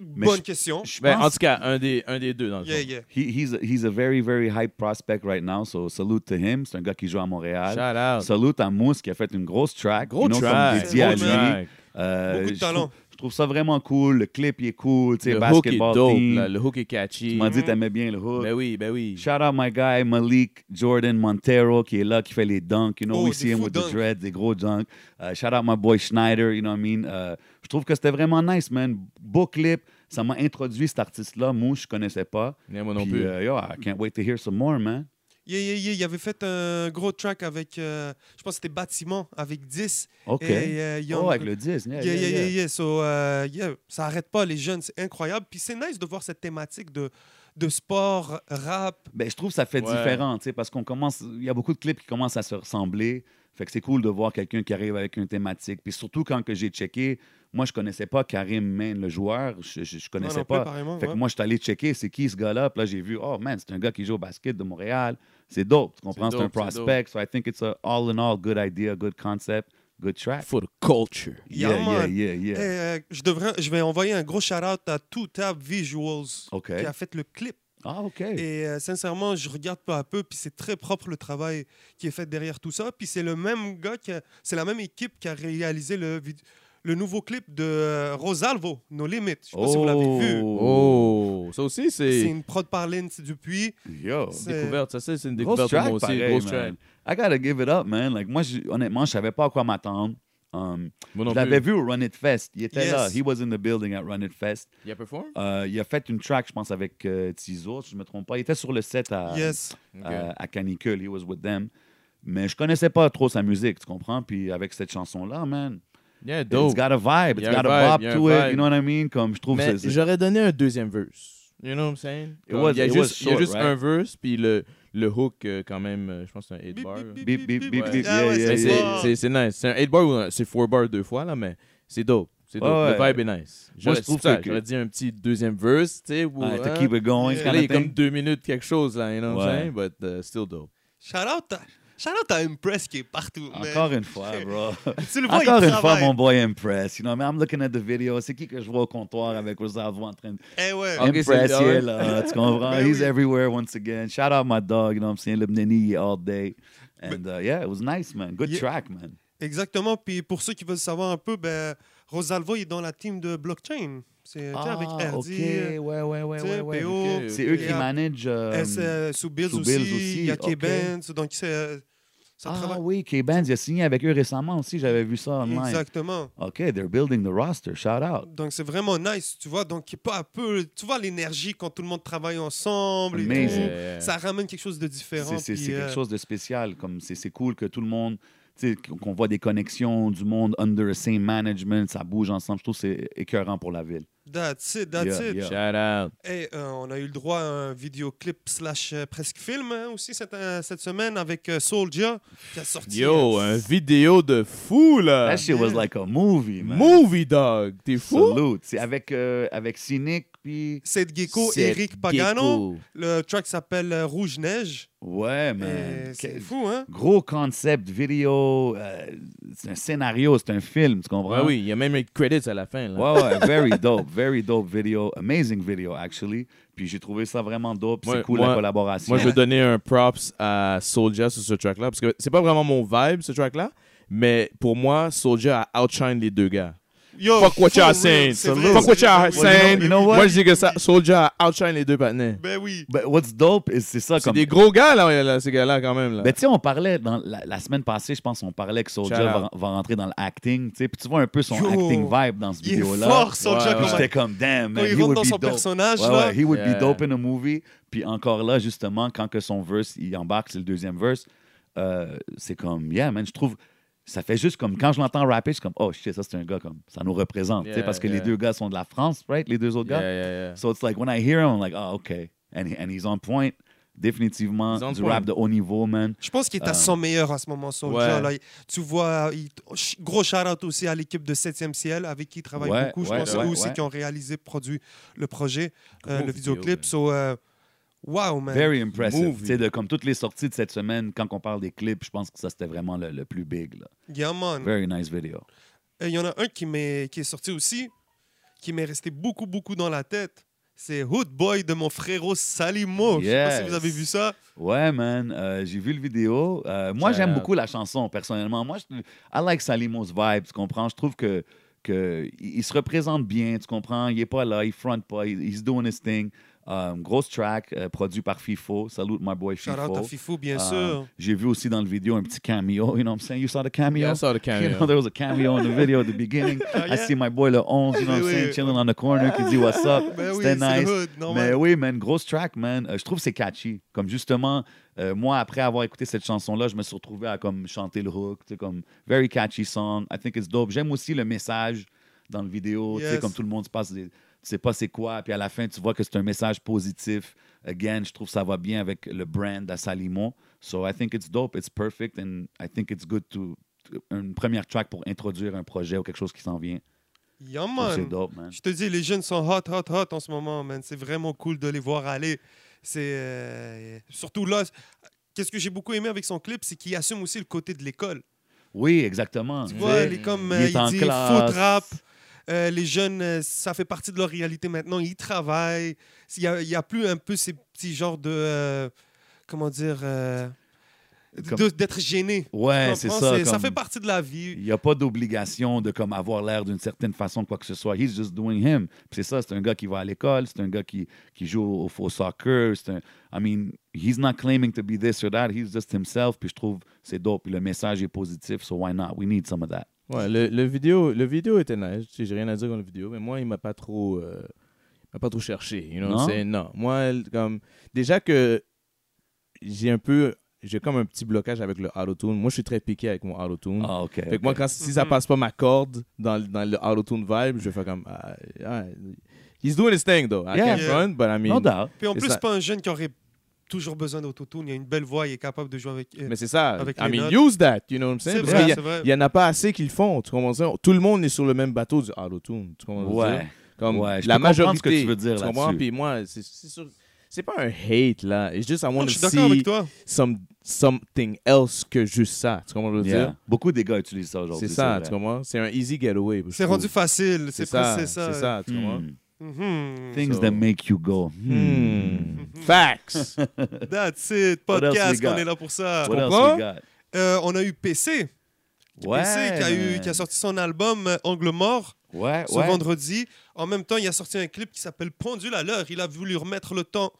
S3: mais
S1: bonne
S3: je-
S1: question.
S3: Je
S4: Ben, en
S3: pense-
S4: tout cas, un des, un des deux, dans le
S1: Yeah,
S4: fond.
S1: yeah.
S3: he, he's, a, he's a very, very hype prospect right now. So salute to him. C'est un gars qui joue à Montréal.
S4: Shout out.
S3: Salute à Mousse qui a fait une grosse track.
S4: Gros
S3: you know, comme
S4: track.
S3: dédié à
S1: Gros
S3: lui.
S1: track.
S3: Euh,
S1: Beaucoup de
S3: je
S1: talent.
S3: trouve- Je trouve ça vraiment cool. Le clip, il est cool. Tu sais,
S4: Le hook est
S3: basketball
S4: dope,
S3: team.
S4: là. Le hook est
S3: Tu
S4: catchy.
S3: m'as dit t'aimais bien le hook.
S4: Ben oui, ben oui.
S3: Shout out my guy Malik Jordan Montero qui est là, qui fait les dunks. You know,
S1: Oh,
S3: we
S1: des
S3: see him
S1: fous
S3: with the
S1: dunks.
S3: dreads, des gros dunks. Uh, shout out my boy Schneider, you know what I mean? Uh, je trouve que c'était vraiment nice, man. Beau clip. Ça m'a introduit cet artiste-là. Moi, je connaissais pas.
S4: Yeah, moi non
S3: Puis,
S4: plus.
S3: euh, yo, I can't wait to hear some more, man.
S1: Yeah, yeah, yeah. Il avait fait un gros track avec, euh, je pense que c'était Bâtiment, avec 10.
S3: OK.
S1: Et, euh, Young-
S3: oh, avec le 10. Yeah,
S1: Yeah, yeah, yeah,
S3: yeah.
S1: yeah. So, euh, yeah, ça arrête pas, les jeunes, c'est incroyable. Puis c'est nice de voir cette thématique de, de sport, rap.
S3: Ben, je trouve que ça fait
S4: Ouais.
S3: différent, tu sais, parce qu'on commence, il y a beaucoup de clips qui commencent à se ressembler. Fait que c'est cool de voir quelqu'un qui arrive avec une thématique. Puis surtout quand que j'ai checké, moi je connaissais pas Karim Maine, le joueur, je, je, je connaissais
S1: non plus,
S3: pas.
S1: apparemment,
S3: fait que
S1: ouais.
S3: moi je suis allé checker, c'est qui ce gars-là. Puis là j'ai vu, oh man, c'est un gars qui joue au basket de Montréal. C'est dope, tu comprends,
S4: C'est
S3: c'est un
S4: dope, c'est dope.
S3: prospect. So I think it's a all in all good idea, good concept, good track.
S4: For the culture.
S1: Yeah,
S3: yeah, yeah,
S1: man.
S3: yeah, yeah.
S1: Eh, euh, je, devrais, je vais envoyer un gros shout-out à Two Tab Visuals
S3: OK.
S1: qui a fait le clip
S3: Ah, OK.
S1: Et euh, sincèrement, je regarde peu à peu, puis c'est très propre le travail qui est fait derrière tout ça. Puis c'est le même gars, qui a- c'est la même équipe qui a réalisé le, vid- le nouveau clip de euh, Rosalvo, No Limit. Je sais pas si vous l'avez vu.
S4: Oh, ça aussi,
S1: C'est
S4: c'est
S1: une prod par Lindsay Dupuis.
S3: Yo.
S1: C'est-
S4: découverte. Ça, c'est c'est une
S3: Grosse
S4: découverte pour
S3: track,
S4: moi aussi.
S3: pareil,
S4: grosse track.
S3: man. I gotta give it up, man. Like, moi, j'ai- honnêtement, je savais pas à quoi m'attendre. Um,
S4: Moi
S3: je
S4: non
S3: l'avais
S4: plus.
S3: vu au Run It Fest. Il était
S1: Yes.
S3: là. He was in the building at Run It Fest.
S4: Il a performé?
S3: Euh, il a fait une track, je pense, avec euh, Tizo, si je me trompe pas. Il était sur le set à,
S1: Yes.
S3: à, à Canicule. He was with them. Mais je connaissais pas trop sa musique, tu comprends? Puis avec cette chanson-là, man,
S4: Yeah,
S3: it's
S4: dope.
S3: got a vibe.
S4: Il
S3: It's
S4: y a un
S3: got
S4: vibe,
S3: a
S4: il y
S3: pop
S4: a
S3: to
S4: un
S3: it.
S4: vibe.
S3: You know what I mean? Comme je trouve
S4: Mais
S3: que c'est-
S4: j'aurais donné un deuxième verse. You know what I'm saying?
S3: It was-
S4: il y a
S3: it was
S4: juste, il y a
S3: short,
S4: juste
S3: right?
S4: un verse, puis le, le hook, euh, quand même, euh, je pense que c'est un 8
S1: Bip,
S4: bar. là.
S1: bip,
S3: Bip, bip, bip,
S1: ouais.
S3: bip.
S1: Ah
S3: Yeah,
S1: ouais,
S3: yeah,
S4: Mais
S1: c'est
S4: c'est-
S1: fort.
S4: c'est c'est nice. C'est un 8 bar ou un- c'est 4 bar deux fois, là, mais c'est dope. C'est dope.
S3: Ouais,
S4: Le
S3: ouais.
S4: vibe est nice.
S3: Moi, je
S4: J'aurais-
S3: trouve
S4: ça,
S3: que-
S4: J'aurais dit un petit deuxième verse, tu sais. ou,
S3: Ouais, to
S4: hein,
S3: keep it going,
S1: Yeah.
S4: Là, il
S3: kind
S4: est
S3: of
S4: comme
S3: thing.
S4: deux minutes quelque chose, là, you know what I'm
S3: Ouais.
S4: saying? But uh, still dope.
S1: Shout out, à, shout out à Impress qui est partout. man.
S3: Encore une fois, bro.
S1: Tu le vois, il
S3: Encore une fois,
S1: travaille.
S3: mon boy Impress. You know, man, I'm looking at the video. C'est qui que je vois au comptoir avec Rosalvo en train de.
S1: Eh ouais.
S4: Ok, c'est-
S3: Impress,
S4: ah
S3: il
S4: ouais.
S3: est là. Tu comprends?
S1: Ben
S3: He's
S1: oui.
S3: everywhere once again. Shout out my dog. You know what I'm saying? Le Mneni, he all day. And uh, yeah, it was nice, man. Good
S1: Yeah.
S3: track, man.
S1: Exactement. Puis pour ceux qui veulent savoir un peu, ben, Rosalvo il est dans la team de blockchain. C'est tu sais, avec
S3: Ah,
S1: Erdi,
S3: ouais, ouais, ouais,
S1: tu sais,
S3: ouais, ouais.
S1: PO,
S4: ok.
S3: C'est eux
S1: Et
S3: qui
S1: à-
S3: managent. euh,
S1: S- euh, sous Bills
S3: sous
S1: aussi,
S3: Bills aussi,
S1: il y a
S3: ok.
S1: K-Benz, donc c'est, euh, ça
S3: ah
S1: travaille.
S3: oui, K-Benz, il a signé avec eux récemment aussi. J'avais vu ça online.
S1: Exactement.
S3: OK, they're building the roster. Shout out.
S1: Donc c'est vraiment nice, tu vois. Donc peu à peu, tu vois l'énergie quand tout le monde travaille ensemble. et tout.
S3: Amazing.
S4: Yeah.
S1: Ça ramène quelque chose de différent.
S3: C'est- C'est
S1: puis,
S3: c'est
S1: euh,
S3: quelque chose de spécial. Comme c'est c'est cool que tout le monde, tu sais, qu'on- qu'on voit des connexions du monde under the same management, ça bouge ensemble. Je trouve que c'est écœurant pour la ville.
S1: That's it, that's
S3: Yeah,
S1: it.
S3: yeah.
S4: Shout out.
S1: Et euh, on a eu le droit à un vidéoclip slash euh, presque film hein, aussi cette, euh, cette semaine avec euh, Soulja qui a sorti.
S4: Yo,
S1: euh,
S4: un vidéo de fou, là.
S3: That Ah, shit was like a movie, man.
S4: Euh, Movie dog. T'es fou?
S3: Salute. C'est avec, euh, avec Cynic, puis.
S1: Seth Gecko,
S4: Seth
S1: Eric Pagano.
S4: Gecko.
S1: Le track s'appelle euh, Rouge Neige.
S3: Ouais,
S1: Et
S4: Eh,
S3: man.
S1: C'est
S3: Quel-
S1: fou, hein?
S3: Gros concept, vidéo. euh, c'est un scénario, c'est un film, tu
S4: Ouais,
S3: comprends?
S4: oui, il y a même les credits à la fin, là.
S3: Ouais, ouais, very dope, very dope video. Amazing video, actually. Puis j'ai trouvé ça vraiment dope.
S4: Moi-
S3: C'est cool
S4: moi-
S3: la collaboration.
S4: Moi, je veux donner un props à Soulja sur ce track-là, parce que c'est pas vraiment mon vibe, ce track-là, mais pour moi, Soulja a outshine les deux gars.
S1: Yo,
S4: Fuck what
S1: for
S4: y'all
S1: real,
S4: saying.
S1: c'est vrai,
S4: Fuck what
S1: c'est
S4: y'all
S1: vrai.
S4: saying.
S3: You know what?
S4: Moi, je dis que ça, Soulja a outshine les deux partenaires.
S1: Ben oui.
S3: But what's dope, is c'est ça,
S4: C'est
S3: comme
S4: des gros gars, là, là, ces gars-là, quand même. Là.
S3: Mais Ben, tu sais, on parlait dans la, la semaine passée, je pense, on parlait que Soulja
S4: Shout
S3: va,
S4: out.
S3: va rentrer dans l'acting, tu sais, puis tu vois un peu son
S1: Yo,
S3: acting vibe dans ce
S1: Il est
S3: vidéo-là.
S1: fort, Soulja,
S4: Ouais,
S1: quand
S3: Puis
S4: ouais.
S1: même.
S3: J'étais comme damn,
S1: Quand
S3: man,
S1: il
S3: he
S1: rentre
S3: would
S1: dans
S3: be
S1: son
S3: dope.
S1: personnage,
S3: Ouais,
S1: là.
S3: ouais, he would
S4: Yeah.
S3: be dope in a movie. Puis encore là, justement, quand que son verse, il embarque, c'est le deuxième verse. euh, c'est comme yeah, man, je trouve. Ça fait juste comme quand je l'entends rapper, je suis comme oh shit, ça c'est un gars comme ça nous représente, tu sais,
S4: Yeah,
S3: parce que les
S4: yeah.
S3: deux gars sont de la France, right? Les deux autres
S4: Yeah,
S3: gars.
S4: yeah, yeah.
S3: So it's like when I hear him, I'm like oh okay, and, he- and he's on point. Définitivement
S4: He's on
S3: du
S4: point.
S3: rap de haut niveau, man.
S1: Je pense qu'il est à
S3: Euh,
S1: son meilleur en ce moment, Soulja.
S4: ouais.
S1: là. Il- Tu vois, il- oh, ch- gros shout-out aussi à l'équipe de 7e Ciel avec qui il travaille
S3: Ouais,
S1: beaucoup. Je
S3: ouais,
S1: pense
S3: ouais,
S1: eux aussi
S3: ouais.
S1: qui ont réalisé, produit le projet, euh,
S4: Gros
S1: le
S4: vidéo,
S1: vidéoclip.
S4: ouais.
S1: So, euh, wow, man.
S3: Very impressive.
S4: Movie.
S3: Tu sais, de, comme toutes les sorties de cette semaine, quand on parle des clips, je pense que ça, c'était vraiment le, le plus big. là.
S1: Yeah, man.
S3: Very nice video.
S1: Et Il y en a un qui, m'est- qui est sorti aussi, qui m'est resté beaucoup, beaucoup dans la tête. C'est Hood Boy de mon frérot Salimo. Je sais pas si
S3: Yes.
S1: vous avez vu ça.
S3: Ouais, man. euh, J'ai vu le vidéo. Euh, moi,
S4: Shout
S3: j'aime
S4: out.
S3: beaucoup la chanson, personnellement. Moi, je, I like Salimo's vibe, tu comprends? Je trouve que, que il il se représente bien, tu comprends? Il est pas là, il front pas, il- he's doing his thing. Euh, grosse track, euh, produit par FIFO. Salute my boy
S1: Shout out à
S3: FIFO.
S1: Fifou, bien
S3: Euh,
S1: sûr.
S3: J'ai vu aussi dans le vidéo un petit cameo, you know what I'm saying? You saw the cameo?
S4: Yeah, I saw the cameo.
S3: You know, there was a cameo in the video at the beginning.
S1: Oh, yeah.
S3: I see my boy Le 11, you know what I'm
S1: Oui,
S3: saying,
S1: oui.
S3: chilling on the corner, qui dit what's up.
S1: Ben oui,
S3: C'était
S1: c'est
S3: nice.
S1: Hood, normal.
S3: Mais oui, man, grosse track, man. Euh, je trouve que c'est catchy. Comme justement, euh, moi, après avoir écouté cette chanson-là, je me suis retrouvé à comme chanter le hook. tu sais, Comme very catchy song. I think it's dope. J'aime aussi le message dans le vidéo. tu sais,
S1: Yes.
S3: Comme tout le monde se passe, des- tu sais pas c'est quoi. Puis à la fin, tu vois que c'est un message positif. Again, je trouve que ça va bien avec le brand à Salimon. So I think it's dope, it's perfect, and I think it's good to. to- Une première track pour introduire un projet ou quelque chose qui s'en vient.
S1: Yeah,
S3: Je trouve que C'est
S1: man.
S3: dope, man.
S1: Je te dis, les jeunes sont hot, hot, hot en ce moment, man. C'est vraiment cool de les voir aller. C'est euh, surtout là. Qu'est-ce que j'ai beaucoup aimé avec son clip, c'est qu'il assume aussi le côté de l'école.
S3: Oui, exactement.
S1: Tu
S4: Mhm.
S1: vois,
S4: Ouais.
S1: il est comme
S3: Il
S1: euh,
S3: est
S1: il,
S3: en
S1: dit
S3: classe.
S1: foot rap, Euh, les jeunes, euh, ça fait partie de leur réalité maintenant. Ils travaillent. Il n'y a, il y a plus un peu ces petits genres de. euh, comment dire euh,
S3: Comme-
S1: de- D'être gêné.
S3: Ouais, c'est ça.
S1: Ça
S3: comme-
S1: fait partie de la vie.
S3: Il n'y a pas d'obligation de comme avoir l'air d'une certaine façon, quoi que ce soit. He's just doing him. Puis c'est ça, c'est un gars qui va à l'école, c'est un gars qui, qui joue au, au soccer. C'est un, I mean, he's not claiming to be this or that. He's just himself. Puis je trouve c'est dope. Puis le message est positif, so why not? We need some of that.
S4: Ouais, le, le vidéo, le vidéo était nice. Tu sais, J'ai rien à dire contre la vidéo, mais moi, il m'a pas trop, euh, il m'a pas trop cherché. You know,
S3: Non?
S4: C'est- non. Moi, l- comme déjà que j'ai un peu, j'ai comme un petit blocage avec le auto-tune. Moi, je suis très piqué avec mon auto-tune.
S3: Ah, OK.
S4: Mm. Fait que moi, quand, si ça passe pas ma corde dans, le- dans le auto-tune vibe, je fais comme. ah, ah, he's doing his thing, though. I
S3: Yeah.
S4: can't front, but I mean.
S3: No doubt.
S1: Puis en
S4: Et
S1: plus,
S4: ça-
S1: c'est pas un jeune qui aurait toujours besoin d'autotune. Il a une belle voix, il est capable de jouer avec. euh,
S4: Mais c'est ça.
S1: Avec
S4: I
S1: les
S4: mean,
S1: notes.
S4: use that. You know what I'm
S1: c'est
S4: saying? Parce
S1: vrai,
S4: qu'il y a-
S1: c'est vrai.
S4: il y en a pas assez qui le font. Tu comprends ça? Tout le monde est sur le même bateau du auto-tune. Tu comprends ce que je veux dire?
S3: Ouais.
S4: Comme
S3: Ouais, je
S4: la
S3: peux comprendre
S4: majorité.
S3: ce que tu veux dire
S4: tu comprends?
S3: là-dessus.
S4: Puis moi, c'est c'est sûr- c'est pas un hate, là. It's just I
S1: Non,
S4: want
S1: je
S4: to
S1: suis d'accord avec
S4: see
S1: toi.
S4: some, something else que juste ça. Tu comprends ce que je veux
S3: Yeah.
S4: dire?
S3: Beaucoup des gars utilisent ça aujourd'hui.
S4: C'est ça,
S3: vrai.
S4: tu comprends? C'est un easy getaway. je
S1: C'est
S4: trouve.
S3: Oh.
S1: rendu facile. C'est
S4: C'est ça,
S1: presque
S4: c'est ça, tu comprends?
S3: Hmm.
S1: Mhm.
S3: Things
S4: So-
S3: that make you go. Hmm.
S4: Hmm. Facts!
S1: That's it.
S3: What else
S1: Podcast,
S3: we got?
S1: on est là pour ça.
S3: What else
S4: comprends?
S3: we got?
S1: Euh, on a eu PC.
S3: Ouais,
S1: PC qui a, eu,
S3: man.
S1: qui a sorti son album euh, Angle Mort
S3: Ouais,
S1: ce
S3: ouais.
S1: vendredi. En même temps, il a sorti un clip qui s'appelle Pendule à l'heure. Il a voulu remettre le temps,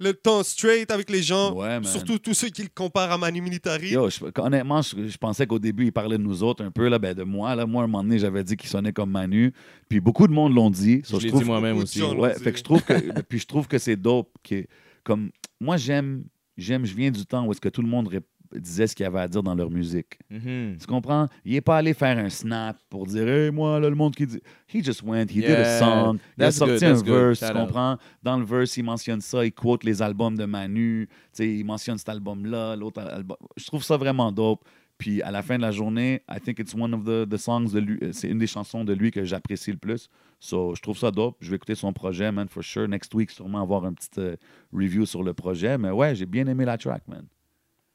S1: le temps straight avec les gens,
S3: Ouais, man.
S1: surtout tous ceux qui le comparent à Manu Militari.
S3: Yo, je- honnêtement, je, je pensais qu'au début, il parlait de nous autres un peu, là, ben, de moi. Là. Moi, à un moment donné, j'avais dit qu'il sonnait comme Manu. Puis beaucoup de monde l'ont dit. So,
S4: je l'ai
S3: trouve-
S4: dit moi-même
S1: beaucoup de
S4: aussi.
S1: gens.
S3: Ouais, fait que je trouve que, puis je trouve que c'est dope. Que, comme, moi, j'aime, j'aime, je viens du temps où est-ce que tout le monde rép- disait ce qu'il y avait à dire dans leur musique.
S4: Mhm.
S3: Tu comprends? Il est pas allé faire un snap pour dire Hey, moi, là, le monde qui dit. He just went, he did a
S4: Yeah,
S3: song. Il a
S4: that's
S3: sorti
S4: good,
S3: un
S4: that's good.
S3: verse, tu
S4: Shout out.
S3: comprends? Dans le verse, il mentionne ça, il quote les albums de Manu, tu sais, il mentionne cet album-là, l'autre album. Je trouve ça vraiment dope. Puis à la fin de la journée, I think it's one of the, the songs de lui, euh, c'est une des chansons de lui que j'apprécie le plus. So, je trouve ça dope. Je vais écouter son projet, man, for sure. Next week, sûrement avoir un petit euh, review sur le projet. Mais ouais, j'ai bien aimé la track, man.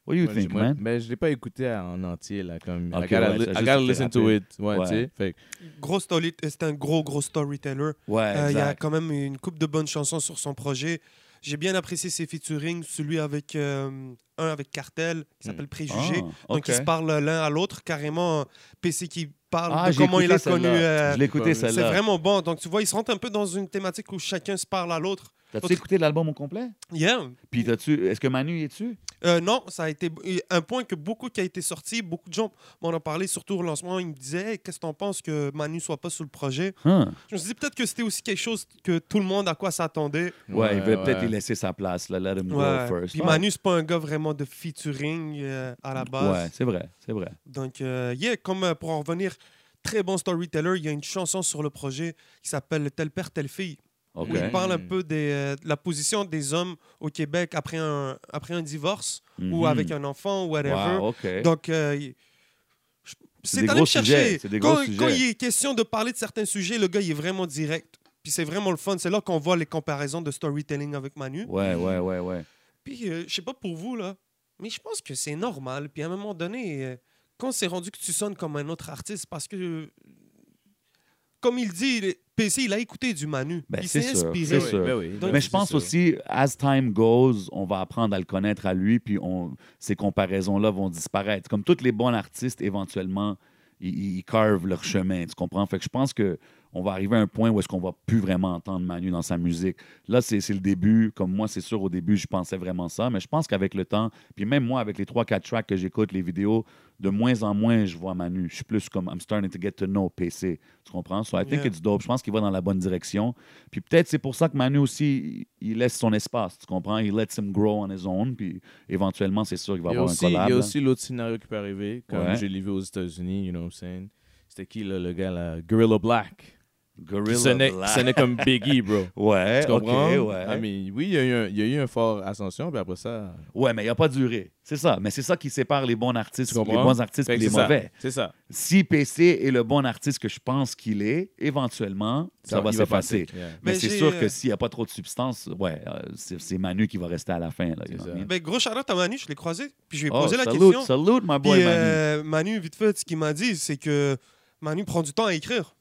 S3: What do you
S4: Ouais,
S3: think,
S4: moi-
S3: man?
S4: Mais je l'ai pas écouté en entier, là. Comme,
S3: Ok,
S4: I gotta,
S3: ouais,
S4: li-
S3: ça
S4: I
S3: a juste
S4: gotta
S3: été
S4: listen to
S3: rappelé.
S4: it. Ouais,
S3: Ouais.
S4: tu sais. Fait que-
S1: Gros story- c'est un gros, gros storyteller.
S3: Ouais,
S1: Euh, Il y a
S3: exact.
S1: quand même une coupe de bonnes chansons sur son projet. J'ai bien apprécié ses featuring, celui avec euh, un avec Cartel qui s'appelle Préjugé.
S3: Ah,
S1: Donc
S3: ok.
S1: ils se parlent l'un à l'autre, carrément euh, PC qui parle
S3: Ah,
S1: de
S3: j'ai
S1: comment il
S3: écouté
S1: a connu.
S3: celle-là.
S1: euh,
S3: je l'ai écouté
S4: c'est
S1: c'est
S3: celle-là.
S1: vraiment bon. Donc tu vois, ils se rentrent un peu dans une thématique où chacun se parle à l'autre.
S3: T'as-tu écouté l'album au complet?
S1: Yeah.
S3: Puis t'as-tu. Est-ce que Manu y est dessus?
S1: Euh, non, ça a été un point que beaucoup qui a été sorti, beaucoup de gens m'en ont parlé, surtout au lancement. Ils me disaient Hey, Qu'est-ce que t'en penses que Manu soit pas sur le projet
S3: Hein?
S1: Je me suis dit peut-être que c'était aussi quelque chose que tout le monde à quoi s'attendait.
S3: Ouais, il voulait peut-être y laisser sa place, là. Let him
S1: Ouais.
S3: go first.
S1: Puis
S3: Ah.
S1: Manu, c'est pas un gars vraiment de featuring euh, à la base.
S3: Ouais, c'est vrai, c'est vrai.
S1: Donc, euh, yeah, comme euh, pour en revenir, très bon storyteller, il y a une chanson sur le projet qui s'appelle Tel père, telle fille,
S3: OK.
S1: où il parle un
S4: Mm.
S1: peu des, euh, de la position des hommes au Québec après un, après un divorce
S3: Mhm.
S1: ou avec un enfant ou whatever.
S3: Wow, OK.
S1: Donc, euh, il- je-
S3: des
S1: c'est
S3: gros
S1: allé me
S3: sujets,
S1: chercher.
S3: c'est des gros
S1: Quand,
S3: sujets.
S1: quand il est question de parler de certains sujets, le gars, il est vraiment direct. Puis c'est vraiment le fun. C'est là qu'on voit les comparaisons de storytelling avec Manu.
S3: Ouais, ouais, ouais, ouais.
S1: Puis, euh, je sais pas pour vous, là, mais je pense que c'est normal. Puis, à un moment donné, euh, quand c'est rendu que tu sonnes comme un autre artiste, parce que, euh, comme il dit, il est- PC, il a écouté du Manu.
S3: Ben,
S1: il
S3: c'est
S1: s'est
S3: sûr,
S1: inspiré.
S3: c'est
S4: ben
S3: sûr.
S1: Donc,
S3: Mais je pense aussi, as time goes, on va apprendre à le connaître à lui, puis on, ces comparaisons-là vont disparaître. Comme tous les bons artistes, éventuellement, ils, ils carvent leur chemin, tu comprends? Fait que je pense que on va arriver à un point où est-ce qu'on va plus vraiment entendre Manu dans sa musique. Là, c'est c'est le début. Comme moi, c'est sûr, au début, je pensais vraiment ça, mais je pense qu'avec le temps, puis même moi, avec les 3-4 tracks que j'écoute, les vidéos, de moins en moins, je vois Manu. Je suis plus comme, I'm starting to get to know PC. Tu comprends? So I think
S1: Yeah.
S3: it's dope. Je pense qu'il va dans la bonne direction. Puis peut-être c'est pour ça que Manu aussi, il il laisse son espace, tu comprends? Il lets him grow on his own, puis éventuellement, c'est sûr qu'il va
S4: Il y a
S3: avoir
S4: aussi,
S3: un
S4: il y a
S3: collab. là.
S4: aussi l'autre scénario qui peut arriver, comme
S3: Ouais.
S4: je l'ai vu aux États-Unis, you know what I'm saying? C'était qui là, le gars là? Gorilla Black.
S3: Gorilla
S4: Qui sonnait,
S3: Black.
S4: qui sonnait comme Biggie, bro.
S3: Ouais,
S4: Tu comprends?
S3: ok, ouais.
S4: Ah, mais oui, il y, a eu un- il y a eu un fort ascension, puis après ça.
S3: Ouais, mais il n'a pas duré. C'est ça. Mais c'est ça qui sépare les bons artistes,
S4: Tu comprends?
S3: les bons artistes
S4: Fait
S3: et
S4: que
S3: les
S4: c'est ça,
S3: mauvais.
S4: C'est ça.
S3: Si PC est le bon artiste que je pense qu'il est, éventuellement, ça, va
S4: il passer.
S3: s'effacer.
S4: Yeah.
S3: Mais,
S1: Mais
S3: c'est
S1: j'ai,
S3: sûr
S1: euh,
S3: que s'il n'y a pas trop de substance, ouais, euh, c'est c'est Manu qui va rester à la fin. Là,
S4: C'est
S3: you know
S4: ça.
S3: what I mean?
S1: Ben, gros shout-out à Manu, je l'ai croisé. Puis, je lui ai
S3: Oh,
S1: posé la
S3: salute,
S1: question.
S3: salute, my
S1: Puis,
S3: boy Manu.
S1: euh, Manu, vite fait, ce qu'il m'a dit, c'est que Manu prend du temps à écrire.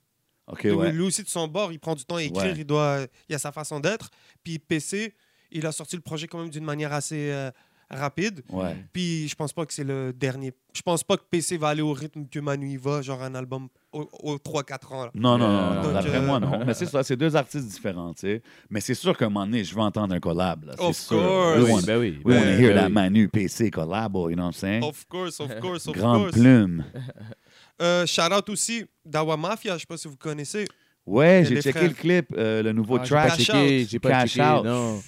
S3: OK,
S1: Lui-
S3: ouais.
S1: Lui aussi, de son bord, il prend du temps à écrire,
S3: Ouais.
S1: il, doit, il a sa façon d'être. Puis PC, il a sorti le projet quand même d'une manière assez euh, rapide.
S3: Ouais.
S1: Puis je pense pas que c'est le dernier. Je pense pas que PC va aller au rythme que Manu y va, genre un album aux 3-4 ans. là.
S3: Non, non, non, non,
S1: Donc,
S3: d'après
S1: euh,
S3: moi, non. Mais c'est ça, c'est deux artistes différents, tu sais. Mais c'est sûr qu'à un moment donné, je veux entendre un collab, là. c'est
S1: Of
S3: sûr.
S1: course.
S3: We
S1: Oui,
S3: wanna-
S4: ben oui.
S3: we
S1: ben,
S3: wanna hear
S4: ben
S3: that
S4: oui.
S3: Manu PC collab, you know what I'm saying?
S1: Of course,
S3: Euh,
S1: of course, of
S3: Grande
S1: course.
S3: plume.
S1: Euh, shout out aussi Dawa Mafia, je sais pas si vous connaissez.
S3: Ouais,
S1: Les
S3: j'ai checké
S1: frères.
S3: le clip, euh, le nouveau
S4: Ah, j'ai
S3: track.
S1: pas
S4: pas
S1: checké,
S4: checké, j'ai pas
S3: Cash
S4: checké,
S3: out.
S4: non.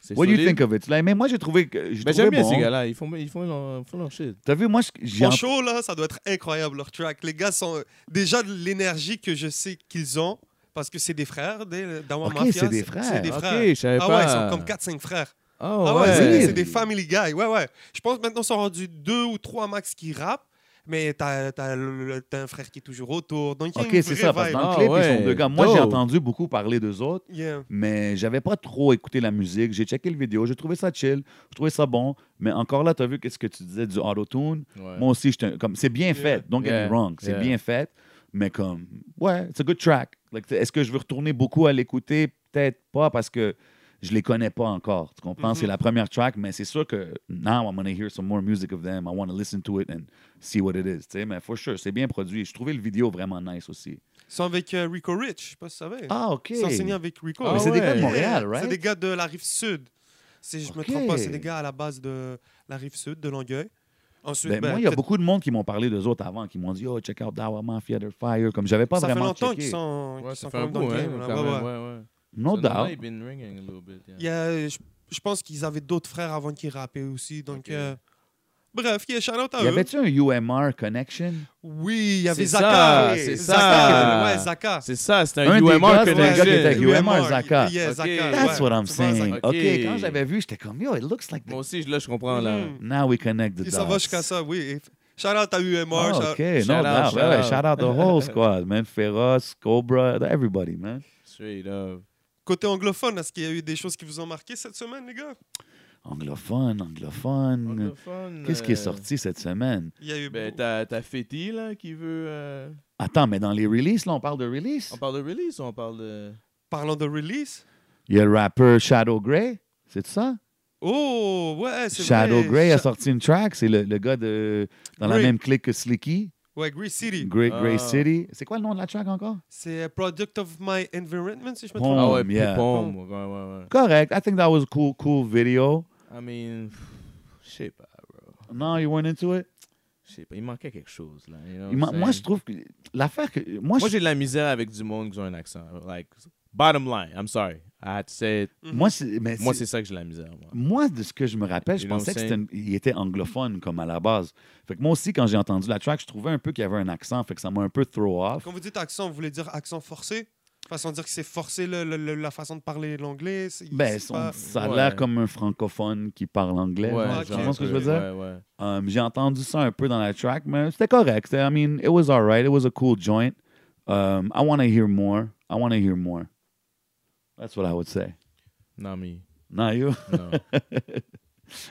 S4: C'est
S3: What do you
S4: solide.
S3: think of it? Tu l'as aimé? Moi, j'ai trouvé que. j'ai
S4: Ben,
S3: trouvé
S4: J'aime bien
S3: bon.
S4: ces gars-là. Ils font, ils font, leur, font leur shit.
S3: T'as vu, moi, je- j'ai
S1: En
S3: en-
S1: show, là, ça doit être incroyable leur track. Les gars sont déjà de l'énergie que je sais qu'ils ont parce que c'est des frères, des Dawa
S3: Ok,
S1: Mafia.
S3: c'est des frères.
S1: C'est des
S4: ok,
S1: frères.
S4: je savais
S1: Ah
S4: pas.
S1: ouais, ils sont comme 4-5 frères.
S4: Ah
S1: Ah ouais, c'est-
S3: ouais.
S1: c'est des family guys. Ouais, ouais. Je pense maintenant, ils sont rendus deux ou trois max qui rappent, mais t'as t'as le- le- t'as un frère qui est toujours autour. Donc, il y a
S3: Ok,
S1: une
S3: c'est ça,
S1: vraie
S3: parce que
S1: vibe.
S3: dans le
S4: Ah
S3: clip, ils
S4: ouais,
S3: sont deux gars. Moi, j'ai
S4: dope.
S3: entendu beaucoup parler d'eux autres.
S1: Yeah.
S3: mais j'avais pas trop écouté la musique. J'ai checké le vidéo, j'ai trouvé ça chill, j'ai trouvé ça bon, mais encore là, tu as vu qu'est-ce que tu disais du auto-tune.
S4: Ouais.
S3: Moi aussi, j'étais comme c'est bien
S1: Yeah.
S3: fait, don't get
S4: Yeah.
S3: me wrong, c'est
S4: Yeah.
S3: bien fait, mais comme ouais, c'est a good track. Like, Est-ce que je veux retourner beaucoup à l'écouter Peut-être pas parce que je les connais pas encore. Tu comprends
S1: Mhm.
S3: C'est la première track, mais c'est sûr que now I'm gonna hear some more music of them. I want to listen to it and see what it is. Tu sais, mais for sure, c'est bien produit. Je trouvais le vidéo vraiment nice aussi.
S1: Ils sont avec euh, Rico Rich, je sais pas si tu savais.
S3: Ah ok.
S1: Ils sont signés avec Rico.
S4: Ah
S3: Mais c'est des gars de
S4: ouais.
S3: Montréal,
S1: Yeah,
S3: right
S1: C'est des gars de la rive sud. Si je me
S3: Ok.
S1: trompe pas, c'est des gars à la base de la rive sud, de Longueuil. Ensuite,
S3: Ben,
S1: ben,
S3: moi, il y a
S1: peut-être-
S3: beaucoup de monde qui m'ont parlé d'eux autres avant, qui m'ont dit Oh, check out Dawa Mafia, They're Fire. Comme j'avais pas
S1: ça fait
S3: vraiment
S1: longtemps
S3: checké.
S1: qu'ils sont, qu'ils
S4: Ouais,
S1: sont quand
S4: ça fait un
S1: même
S4: bout,
S1: dans le game.
S4: hein,
S1: là.
S4: quand
S1: Ouais,
S4: même,
S1: ouais.
S4: ouais, ouais. So
S3: No
S4: now
S3: doubt.
S4: they've been ringing a little bit, yeah.
S1: Il y a- Je je pense qu'ils avaient d'autres frères avant qu'ils rappaient aussi. Donc,
S4: Ok.
S1: euh, bref, il y a shout-out à
S3: Y
S1: Ah, eux.
S3: avait-tu un UMR connection
S1: Oui, il y avait
S4: C'est
S1: Zaka.
S4: ça,
S1: oui.
S4: c'est
S1: Zaka,
S4: ça.
S1: Ouais, Zaka.
S4: C'est ça, c'est un,
S3: Un des gars,
S4: UMR
S3: c'est un gars qui était avec
S4: connection.
S3: UMR, Zaka.
S1: Yeah,
S4: Ok.
S1: Zaka,
S3: That's
S1: ouais.
S3: what I'm
S1: Tu vois,
S3: saying.
S1: Zaka.
S3: OK,
S4: Ok.
S3: quand j'avais vu, j'étais comme Yo, it looks like. the-
S4: Moi aussi, je- là, je comprends, là.
S1: Mhm.
S3: Now we connect the
S1: Et
S3: dots.
S1: ça va jusqu'à ça, oui. Shout out à
S3: Ah,
S1: UMR. shout-
S3: OK,
S4: Shout
S3: no
S4: out,
S3: doubt.
S4: shout
S3: Ouais, ouais,
S4: out.
S3: Shout out the whole squad, man. Feroz, Cobra, everybody, man.
S4: Straight up.
S1: Côté anglophone, est-ce qu'il y a eu des choses qui vous ont marqué cette semaine, les gars
S3: Anglophone, anglophone.
S4: Anglophone,
S3: Mm. Qu'est-ce qui est
S4: euh,
S3: sorti cette semaine
S1: Il y a eu.
S4: Ben,
S1: beaucoup-
S4: t'as t'as Fetty, là, qui veut. euh,
S3: Attends, mais dans les releases, là, on parle de release.
S1: Ah.
S4: On parle de release ou on parle de.
S1: Parlant de release.
S3: Il y a le rappeur Shadow Grey, c'est ça
S1: Oh, ouais, c'est
S3: Shadow
S1: vrai.
S3: Grey a
S1: Sha-
S3: sorti une track. C'est le, le gars de, dans
S1: Grey.
S3: la même clique que Slicky.
S1: Ouais, Grey City.
S3: Grey, Grey
S4: Ah.
S3: City. C'est quoi le nom de la track encore?
S1: C'est euh, Product of My Environment, si je me
S3: Bon.
S1: trompe.
S4: Ah ouais,
S3: Pomme, yeah.
S4: Pomme, ouais, ouais, ouais.
S3: Correct. I think that was a cool, cool video.
S4: I mean, pff, je sais pas, bro.
S3: No, you weren't into it?
S4: Je sais pas, il manquait quelque chose, là. you know
S3: Il
S4: what
S3: m'a-
S4: I'm
S3: moi, je
S4: saying?
S3: trouve que l'affaire que.
S4: Moi,
S3: Moi, je-
S4: j'ai de la misère avec du monde qui a un accent. Like, bottom line, I'm sorry. I had to say it.
S3: moi, c'est- mais
S4: Moi,
S3: c'est-
S4: c'est ça que j'ai de la misère, moi.
S3: Moi, de ce que je me rappelle, je
S4: You know
S3: pensais
S4: what I'm
S3: qu'il était anglophone comme à la base. Fait que moi aussi, quand j'ai entendu la track, je trouvais un peu qu'il y avait un accent. Fait que ça m'a un peu throw off.
S1: Quand vous dites accent, vous voulez dire accent forcé Façon de dire que c'est forcé le- le- le- la façon de parler l'anglais c'est-
S3: Ben,
S1: c'est
S3: on-
S1: pas-
S3: ça a
S4: Ouais.
S3: l'air comme un francophone qui parle anglais. genre. tu
S1: genre,
S3: comprends ce que je veux dire?
S4: Ouais, ouais.
S3: Um, j'ai entendu ça un peu dans la track, mais c'était correct. C'était- I mean, it was alright. It was a cool joint. Um, I want to hear more. I want to hear more. That's what I would say.
S4: Non, mais.
S3: Not you.
S4: Non.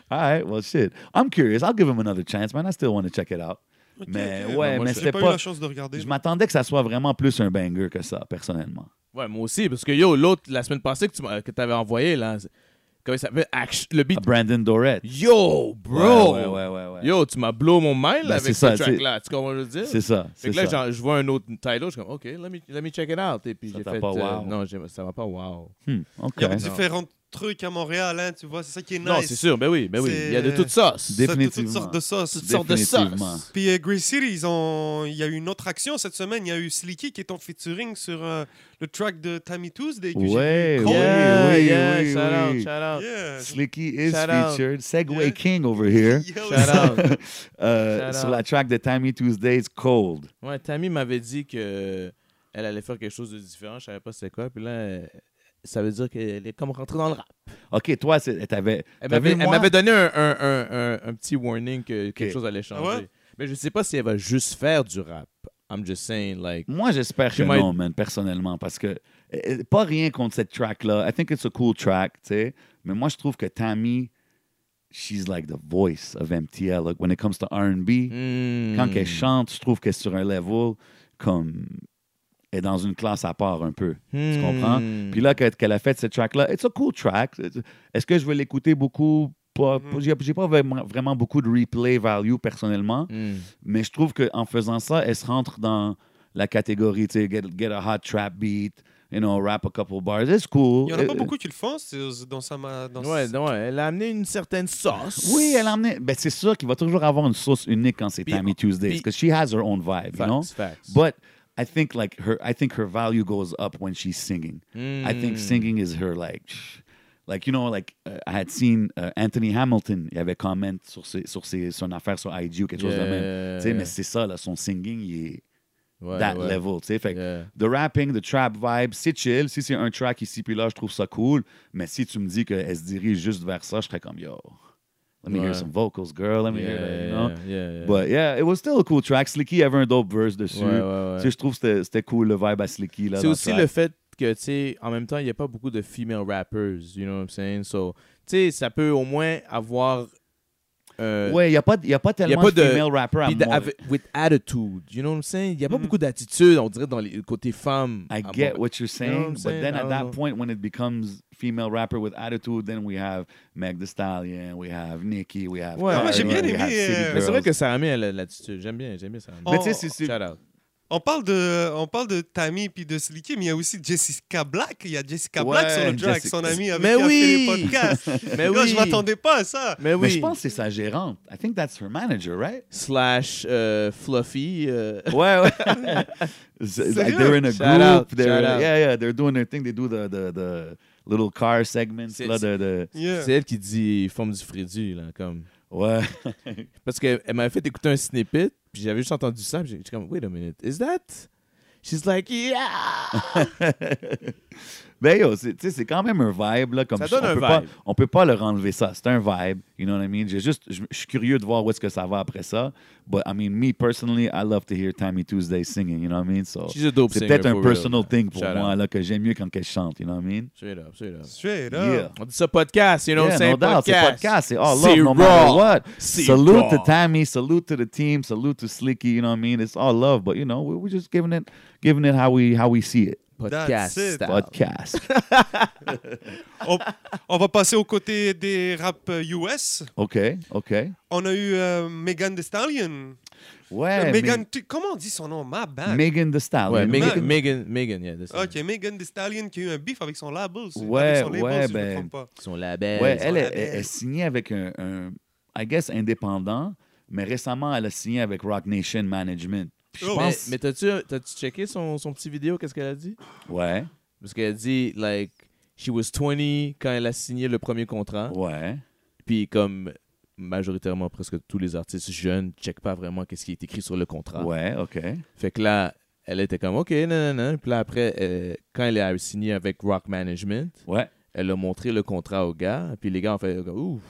S3: All right. Well, shit. I'm curious. I'll give him another chance, man. I still want to check it out.
S1: Ok,
S3: mais
S1: ok.
S3: ouais,
S4: Non, moi,
S3: mais
S4: je-
S1: J'ai
S3: c'était
S1: pas,
S3: pas.
S1: eu la chance de regarder.
S3: Je m'attendais que ça soit vraiment plus un banger que ça, personnellement.
S4: ouais, moi aussi, parce que yo, l'autre, la semaine passée que tu m'as- que t'avais envoyé, là, c'est- comment il s'appelle? Action- Le beat.
S3: Brandon Dorette.
S4: Yo, bro!
S3: Ouais, ouais, ouais, ouais, ouais.
S4: Yo, tu m'as blow mon mind
S3: Ben,
S4: là,
S3: c'est
S4: avec
S3: ça,
S4: ce track-là. Tu comprends ce que je veux dire?
S3: C'est ça.
S4: Fait
S3: C'est
S4: que là,
S3: ça.
S4: j'en- je vois un autre title, je suis comme, OK, let me, let me check it out. Et puis
S3: Ça
S4: j'ai
S3: t'a
S4: fait.
S3: pas
S4: euh,
S3: wow.
S4: non, j'ai- ça m'a pas wow.
S3: Hmm, OK.
S1: Il y avait
S4: Non.
S1: différents trucs à Montréal, hein, tu vois, c'est ça qui est nice.
S4: Non, c'est sûr, ben oui, ben oui. Il y a de toutes sauces.
S1: Ça,
S4: Des
S3: Des-
S1: toutes-
S3: Définitivement.
S1: Toutes sortes de sauces.
S4: toutes sortes de
S3: Définitivement.
S4: sauces.
S1: Puis euh, Grey City, ils ont... il y a eu une autre action cette semaine. Il y a eu Slicky qui est en featuring sur euh, le track de Tammy Tuesday. que j'ai-
S3: Ouais,
S1: Cool.
S3: oui,
S4: Yeah,
S3: oui,
S4: yeah,
S3: oui,
S4: Eh shout
S3: oui.
S4: out, shout out.
S1: Yeah.
S3: Slicky is
S4: Shout out.
S3: featured. Segway
S1: Yeah.
S3: King over here.
S1: Yo,
S4: Shout out.
S3: Euh,
S4: Shout
S3: sur
S4: out.
S3: la track de Tammy Tuesday's Cold.
S4: Ouais, Tammy m'avait dit que elle allait faire quelque chose de différent, je savais pas c'était quoi. Puis là, euh, ça veut dire qu'elle est comme rentrée dans le rap.
S3: OK, toi, c'est- t'avais.
S4: Elle
S3: t'as vu,
S4: m'avait elle
S3: moi?
S4: m'avait donné un, un- un- un- un petit warning que quelque
S3: Ok.
S4: chose allait changer.
S1: ouais?
S4: Mais je sais pas si elle va juste faire du rap. I'm just saying, like.
S3: Moi, j'espère que
S4: She might-
S3: non, man, personnellement, parce que euh, pas rien contre cette track-là. I think it's a cool track, tu sais. Mais moi, je trouve que Tammy, she's like the voice of MTL. Like, when it comes to R&B,
S4: hmm.
S3: Mm. quand elle chante, je trouve qu'elle est sur un level comme. est dans une classe à part un peu. Tu
S4: Hmm.
S3: comprends? Puis là, que- qu'elle a fait cette track-là, it's a cool track. Est-ce que je vais l'écouter beaucoup? Pas, pas- j'ai- J'ai pas vraiment vraiment beaucoup de replay value personnellement,
S4: Hmm.
S3: mais je trouve qu'en faisant ça, elle se rentre dans la catégorie, tu sais, get, get a hot trap beat, you know, rap a couple bars. It's cool.
S1: Il n'y en a pas
S3: Euh,
S1: beaucoup qui le font c'est- dans sa. ma- Dans
S4: Ouais,
S1: sa-
S4: donc, ouais, elle a amené une certaine sauce.
S3: Oui, elle a emmené. Ben, c'est sûr qu'il va toujours avoir une source unique quand c'est
S4: Puis-
S3: Tammy Tuesdays,
S4: puis-
S3: because she has her own vibe, you
S4: Facts,
S3: know?
S4: facts.
S3: But I think like her, I think her value goes up when she's singing. I think
S4: Mm.
S3: singing is her like, like you know, like uh, I had seen uh, Anthony Hamilton, il avait comment sur ses, sur ses, son affaire sur IG ou quelque chose de même.
S4: Yeah.
S3: Tu sais, mais c'est ça là, son singing il est
S4: Ouais,
S3: that
S4: ouais.
S3: level, tu sais. Fait que
S4: Yeah.
S3: the rapping, the trap vibe, c'est chill. Si c'est un track ici puis là, je trouve ça cool. Mais si tu me dis qu'elle se dirige juste vers ça, je serais comme yo. Let me
S4: Ouais.
S3: hear some vocals, girl. Let me hear that, you know.
S4: Yeah, yeah, yeah.
S3: But yeah, it was still a cool track. Slicky avait un dope verse dessus.
S4: Ouais, ouais, ouais.
S3: Tu sais, je trouve que c'était- c'était cool le vibe à Slicky. là,
S4: C'est
S3: dans
S4: aussi
S3: track.
S4: le fait que, tu sais, en même temps, il n'y a pas beaucoup de female rappers, you know what I'm saying? So, tu sais, ça peut au moins avoir. euh,
S3: Ouais, il n'y a, pas- y a pas tellement
S4: pas
S3: de
S4: de-
S3: female rapper à
S4: puis d'a-
S3: Montréal.
S4: avec- with attitude, you know what I'm saying? Il n'y a pas beaucoup d'attitude, on dirait, dans les côté femme.
S3: I
S4: à
S3: get
S4: Montréal.
S3: what you're saying,
S4: You know what I'm
S3: but
S4: saying?
S3: then
S4: I
S3: at
S4: don't
S3: that
S4: know.
S3: point, when it becomes female rapper with attitude, then we have Meg Thee Stallion, we have Nicki, we have.
S4: Ouais,
S3: Cardi,
S4: moi, j'ai bien
S3: we
S1: aimé,
S3: have City
S1: euh,
S4: Mais c'est vrai
S3: Girls.
S4: que Sarah May, elle a de l'attitude. J'aime bien, j'aime bien Sarah May.
S3: Mais tu sais, c'est- c'est-
S4: Shout out.
S1: On parle de, on parle de Tammy puis de Slicky, mais il y a aussi Jessica Black. Il y a Jessica
S3: Ouais,
S1: Black sur le track,
S3: Jessica-
S1: son amie avec
S4: Mais
S1: qui
S4: oui!
S1: elle fait les podcasts.
S4: Mais
S1: Yo,
S4: oui.
S1: je m'attendais pas à ça.
S4: Mais
S3: Mais
S4: oui.
S3: je pense que c'est sa gérante. I think that's her manager, right?
S4: Slash euh, Fluffy. euh,
S3: Ouais, ouais. It's like they're in a
S4: Shout
S3: group.
S4: out,
S3: they're,
S4: shout out.
S3: Yeah, yeah, they're doing their thing. They do the, the, the little car segments.
S4: C'est-
S3: Là, de, de,
S1: Yeah.
S4: C'est elle qui dit forme du frédu, là, comme.
S3: ouais.
S4: Parce qu'elle elle m'avait fait écouter un snippet, puis j'avais juste entendu ça, puis j'ai- j'étais comme, wait a minute, is that? She's like, yeah!
S3: ben yo, c'est- tu sais, c'est quand même un vibe. Là, comme
S4: Ça
S3: je-
S4: donne
S3: on
S4: un
S3: peut pas-
S4: vibe.
S3: on peut pas leur enlever ça. C'est un vibe. You know what I mean? J'ai juste, je je suis curieux de voir où est-ce que ça va après ça. But I mean, me personally, I love to hear Tammy Tuesday singing. You know what I mean? So,
S4: She's a dope
S3: c'est
S4: singer,
S3: peut-être un
S4: for
S3: personal
S4: real.
S3: thing pour
S4: Shout
S3: moi
S4: out.
S3: là, que j'aime mieux quand elle chante. You know what I mean?
S4: Straight up, straight up.
S1: Straight up.
S3: Yeah.
S4: On dit ça podcast, you know,
S3: Yeah,
S4: c'est
S3: no
S4: un
S3: doubt. C'est
S4: podcast.
S3: podcast. C'est all
S4: C'est
S3: love, no matter
S4: raw.
S3: what.
S4: C'est
S3: Salute
S4: raw.
S3: to Tammy. Salute to the team. Salute to Slicky. You know what I mean? It's all love, but you know, we- we're just giving it, giving it how we how we see it.
S4: Podcast
S1: That's it.
S4: style.
S3: Podcast.
S1: On, on va passer au côté des rap US.
S3: ok, ok.
S1: On a eu euh, Megan Thee Stallion.
S4: Eh,
S1: Euh,
S3: Ouais.
S1: Megan, tu- comment on dit son nom? Ma
S3: Meg-
S1: bad.
S3: Megan Thee Stallion.
S4: Ouais, Megan,
S1: Meg-
S4: Megan, Megan, yeah, that's
S1: Ok, Megan Thee Stallion qui a eu un beef avec son label. c'est-
S3: Ouais,
S1: avec son label,
S3: ouais,
S1: si je me
S3: ben,
S1: trompe pas.
S4: Son label.
S3: Ouais,
S1: Ils ont
S3: elle,
S1: la
S3: est-
S1: belle.
S3: est, est signée avec un, un, I guess, indépendant, mais récemment, elle a signé avec Rock Nation Management. Puis je
S1: Oh.
S4: Mais,
S3: pense.
S4: mais t'as-tu, t'as-tu checké son, son petit vidéo, qu'est-ce qu'elle a dit?
S3: Ouais,
S4: Parce qu'elle a dit, like, she was 20 quand elle a signé le premier contrat.
S3: ouais.
S4: Puis comme majoritairement presque tous les artistes jeunes check pas vraiment qu'est-ce qui est écrit sur le contrat.
S3: Ouais, ok.
S4: Fait que là, elle était comme OK, non non non. Puis là après euh, quand elle a signé avec Rock Management,
S3: Ouais.
S4: elle a montré le contrat aux gars, puis les gars ont fait ouh.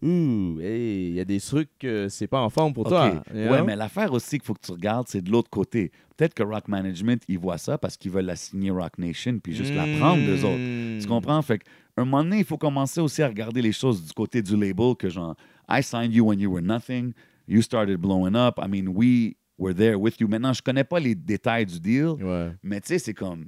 S4: Ouh, hey, il y a des trucs que c'est pas en forme pour
S3: OK.
S4: toi. you
S3: Ouais,
S4: know?
S3: mais l'affaire aussi qu'il faut que tu regardes, c'est de l'autre côté. Peut-être que Rock Management, ils voient ça parce qu'ils veulent la signer Rock Nation puis juste la prendre d'eux autres.
S4: Mm.
S3: Tu comprends? Fait qu'un moment donné, il faut commencer aussi à regarder les choses du côté du label que genre, I signed you when you were nothing, you started blowing up, I mean, we were there with you. Maintenant, je connais pas les détails du deal,
S4: Ouais.
S3: mais tu sais, c'est comme,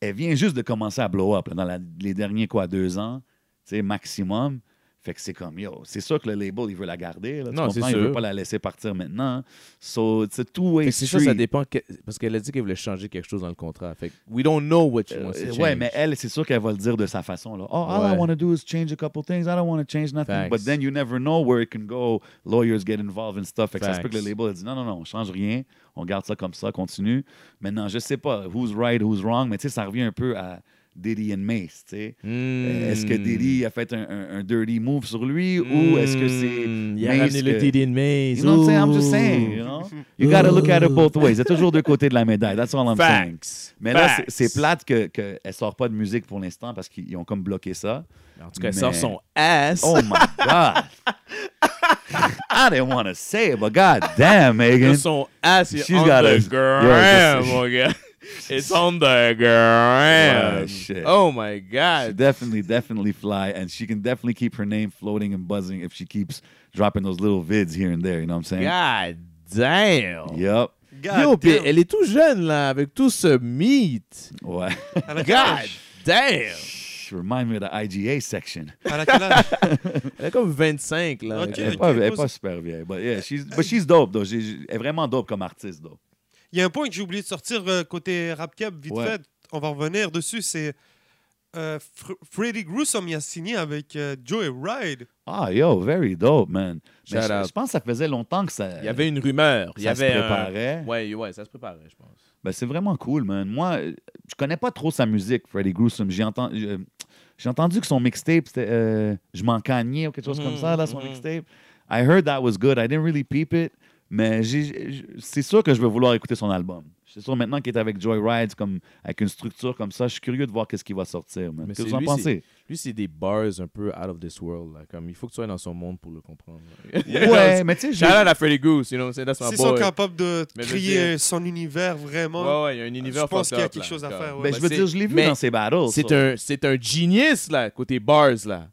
S3: elle vient juste de commencer à blow up là, dans la- les derniers, quoi, deux ans, tu sais, maximum. Fait que c'est comme, yo, c'est sûr que le label, il veut la garder. Là, tu
S4: Non, c'est
S3: comprends? Il veut
S4: sûr.
S3: pas la laisser partir maintenant. So, it's a two-way
S4: Fait que c'est ça,
S3: street.
S4: ça dépend. que- Parce qu'elle a dit qu'elle voulait changer quelque chose dans le contrat. Fait que we don't know what she wants to
S3: Euh,
S4: change.
S3: ouais, mais elle, c'est sûr qu'elle va le dire de sa façon. Là. Oh, all I
S4: Ouais.
S3: want to do is change a couple things. I don't want to change nothing.
S4: Facts.
S3: But then you never know where it can go. Lawyers get involved and stuff. Fait que ça se peut que
S4: Facts.
S3: le label a dit non, non, non, on change rien. On garde ça comme ça, continue. Maintenant, je sais pas who's right, who's wrong, mais tu sais, ça revient un peu à Diddy and Mace. tu sais. Euh,
S4: Mm.
S3: Est-ce que Diddy a fait un, un- un dirty move sur lui ou est-ce que c'est.
S4: Hmm. Il a
S3: Mace
S4: ramené le
S3: que-
S4: DD in Maze.
S3: You know what I'm saying? I'm just saying. You, know? you gotta look at it both ways. Il y a toujours deux côtés de la médaille. That's all I'm saying.
S4: Facts.
S3: Mais là, c'est- c'est plate qu'elle que ne sort pas de musique pour l'instant parce qu'ils ont comme bloqué ça.
S4: En tout cas, elle
S3: Mais-
S4: sort son ass.
S3: Oh my God! I didn't want to say it, but God damn, Megan.
S4: Elle son ass. She's
S3: She's
S4: on
S3: got
S4: the
S3: a-
S4: gram,
S3: Yo,
S4: mon gars. It's on the gram.
S3: Ouais, shit.
S4: Oh my
S3: She
S4: God.
S3: definitely, definitely fly, and she can definitely keep her name floating and buzzing if she keeps dropping those little vids here and there. You know what I'm saying?
S4: God damn.
S3: Yep.
S1: God
S4: Yo, ben, puis
S1: damn.
S4: elle est tout jeune, là, avec tout ce meat.
S3: Ouais.
S1: Elle a quel
S4: God
S1: âge?
S4: damn!
S3: Remind me of the IGA section.
S1: Elle a quel âge?
S4: Elle est comme 25, là.
S1: Ok.
S3: Elle n'est pas, elle est
S1: pose-
S3: pas super vieille. But yeah, she's, but she's dope, though. J'ai- j'ai- Elle est vraiment dope comme artiste, though.
S1: Il y a un point que j'ai oublié de sortir euh, côté rap cap, vite
S3: Ouais.
S1: fait. On va revenir dessus. C'est euh, Fr- Freddy Gruesome y a signé avec euh, Joey Ride.
S3: Ah, yo, very dope, man. Mais
S4: Shout
S3: je,
S4: out.
S3: je pense que ça faisait longtemps que ça,
S4: Il y avait une rumeur. Il y
S3: ça
S4: avait
S3: se
S4: un-
S3: préparait.
S4: Ouais, ouais, ça se préparait, je pense.
S3: Ben, c'est vraiment cool, man. Moi, euh, je connais pas trop sa musique, Freddy Gruesome. J'ai entendu, euh, j'ai entendu que son mixtape, c'était euh, Je m'en cagnais ou quelque chose comme ça, là, son mixtape. I heard that was good. I didn't really peep it. Mais j'ai- j'- c'est sûr que je vais vouloir écouter son album. C'est sûr maintenant qu'il est avec Joyride, comme, avec une structure comme ça, je suis curieux de voir qu'est-ce qui va sortir. man.
S4: Mais
S3: Qu'est-ce que
S4: c'est
S3: vous en
S4: lui,
S3: pensez?
S4: Lui, c'est des bars un peu out of this world. Là. Comme, il faut que tu sois dans son monde pour le comprendre.
S3: Ouais, mais tu sais,
S4: Shout
S3: j'ai-
S4: out à Freddy Goose, you know, c'est that's my
S1: S'ils sont
S4: boy.
S1: capables de
S4: Mais je veux
S1: créer son univers vraiment.
S4: Ouais, ouais, il y a un univers
S1: Je pense
S4: fucked
S1: qu'il y a
S4: up,
S1: quelque
S4: là,
S1: chose à
S4: comme.
S1: faire, ouais.
S3: ben,
S1: Ben,
S3: je veux
S4: c'est-
S3: dire, je l'ai vu
S4: mais
S3: dans ses battles.
S4: C'est
S3: ça.
S4: un, c'est un genius, là, côté bars, là.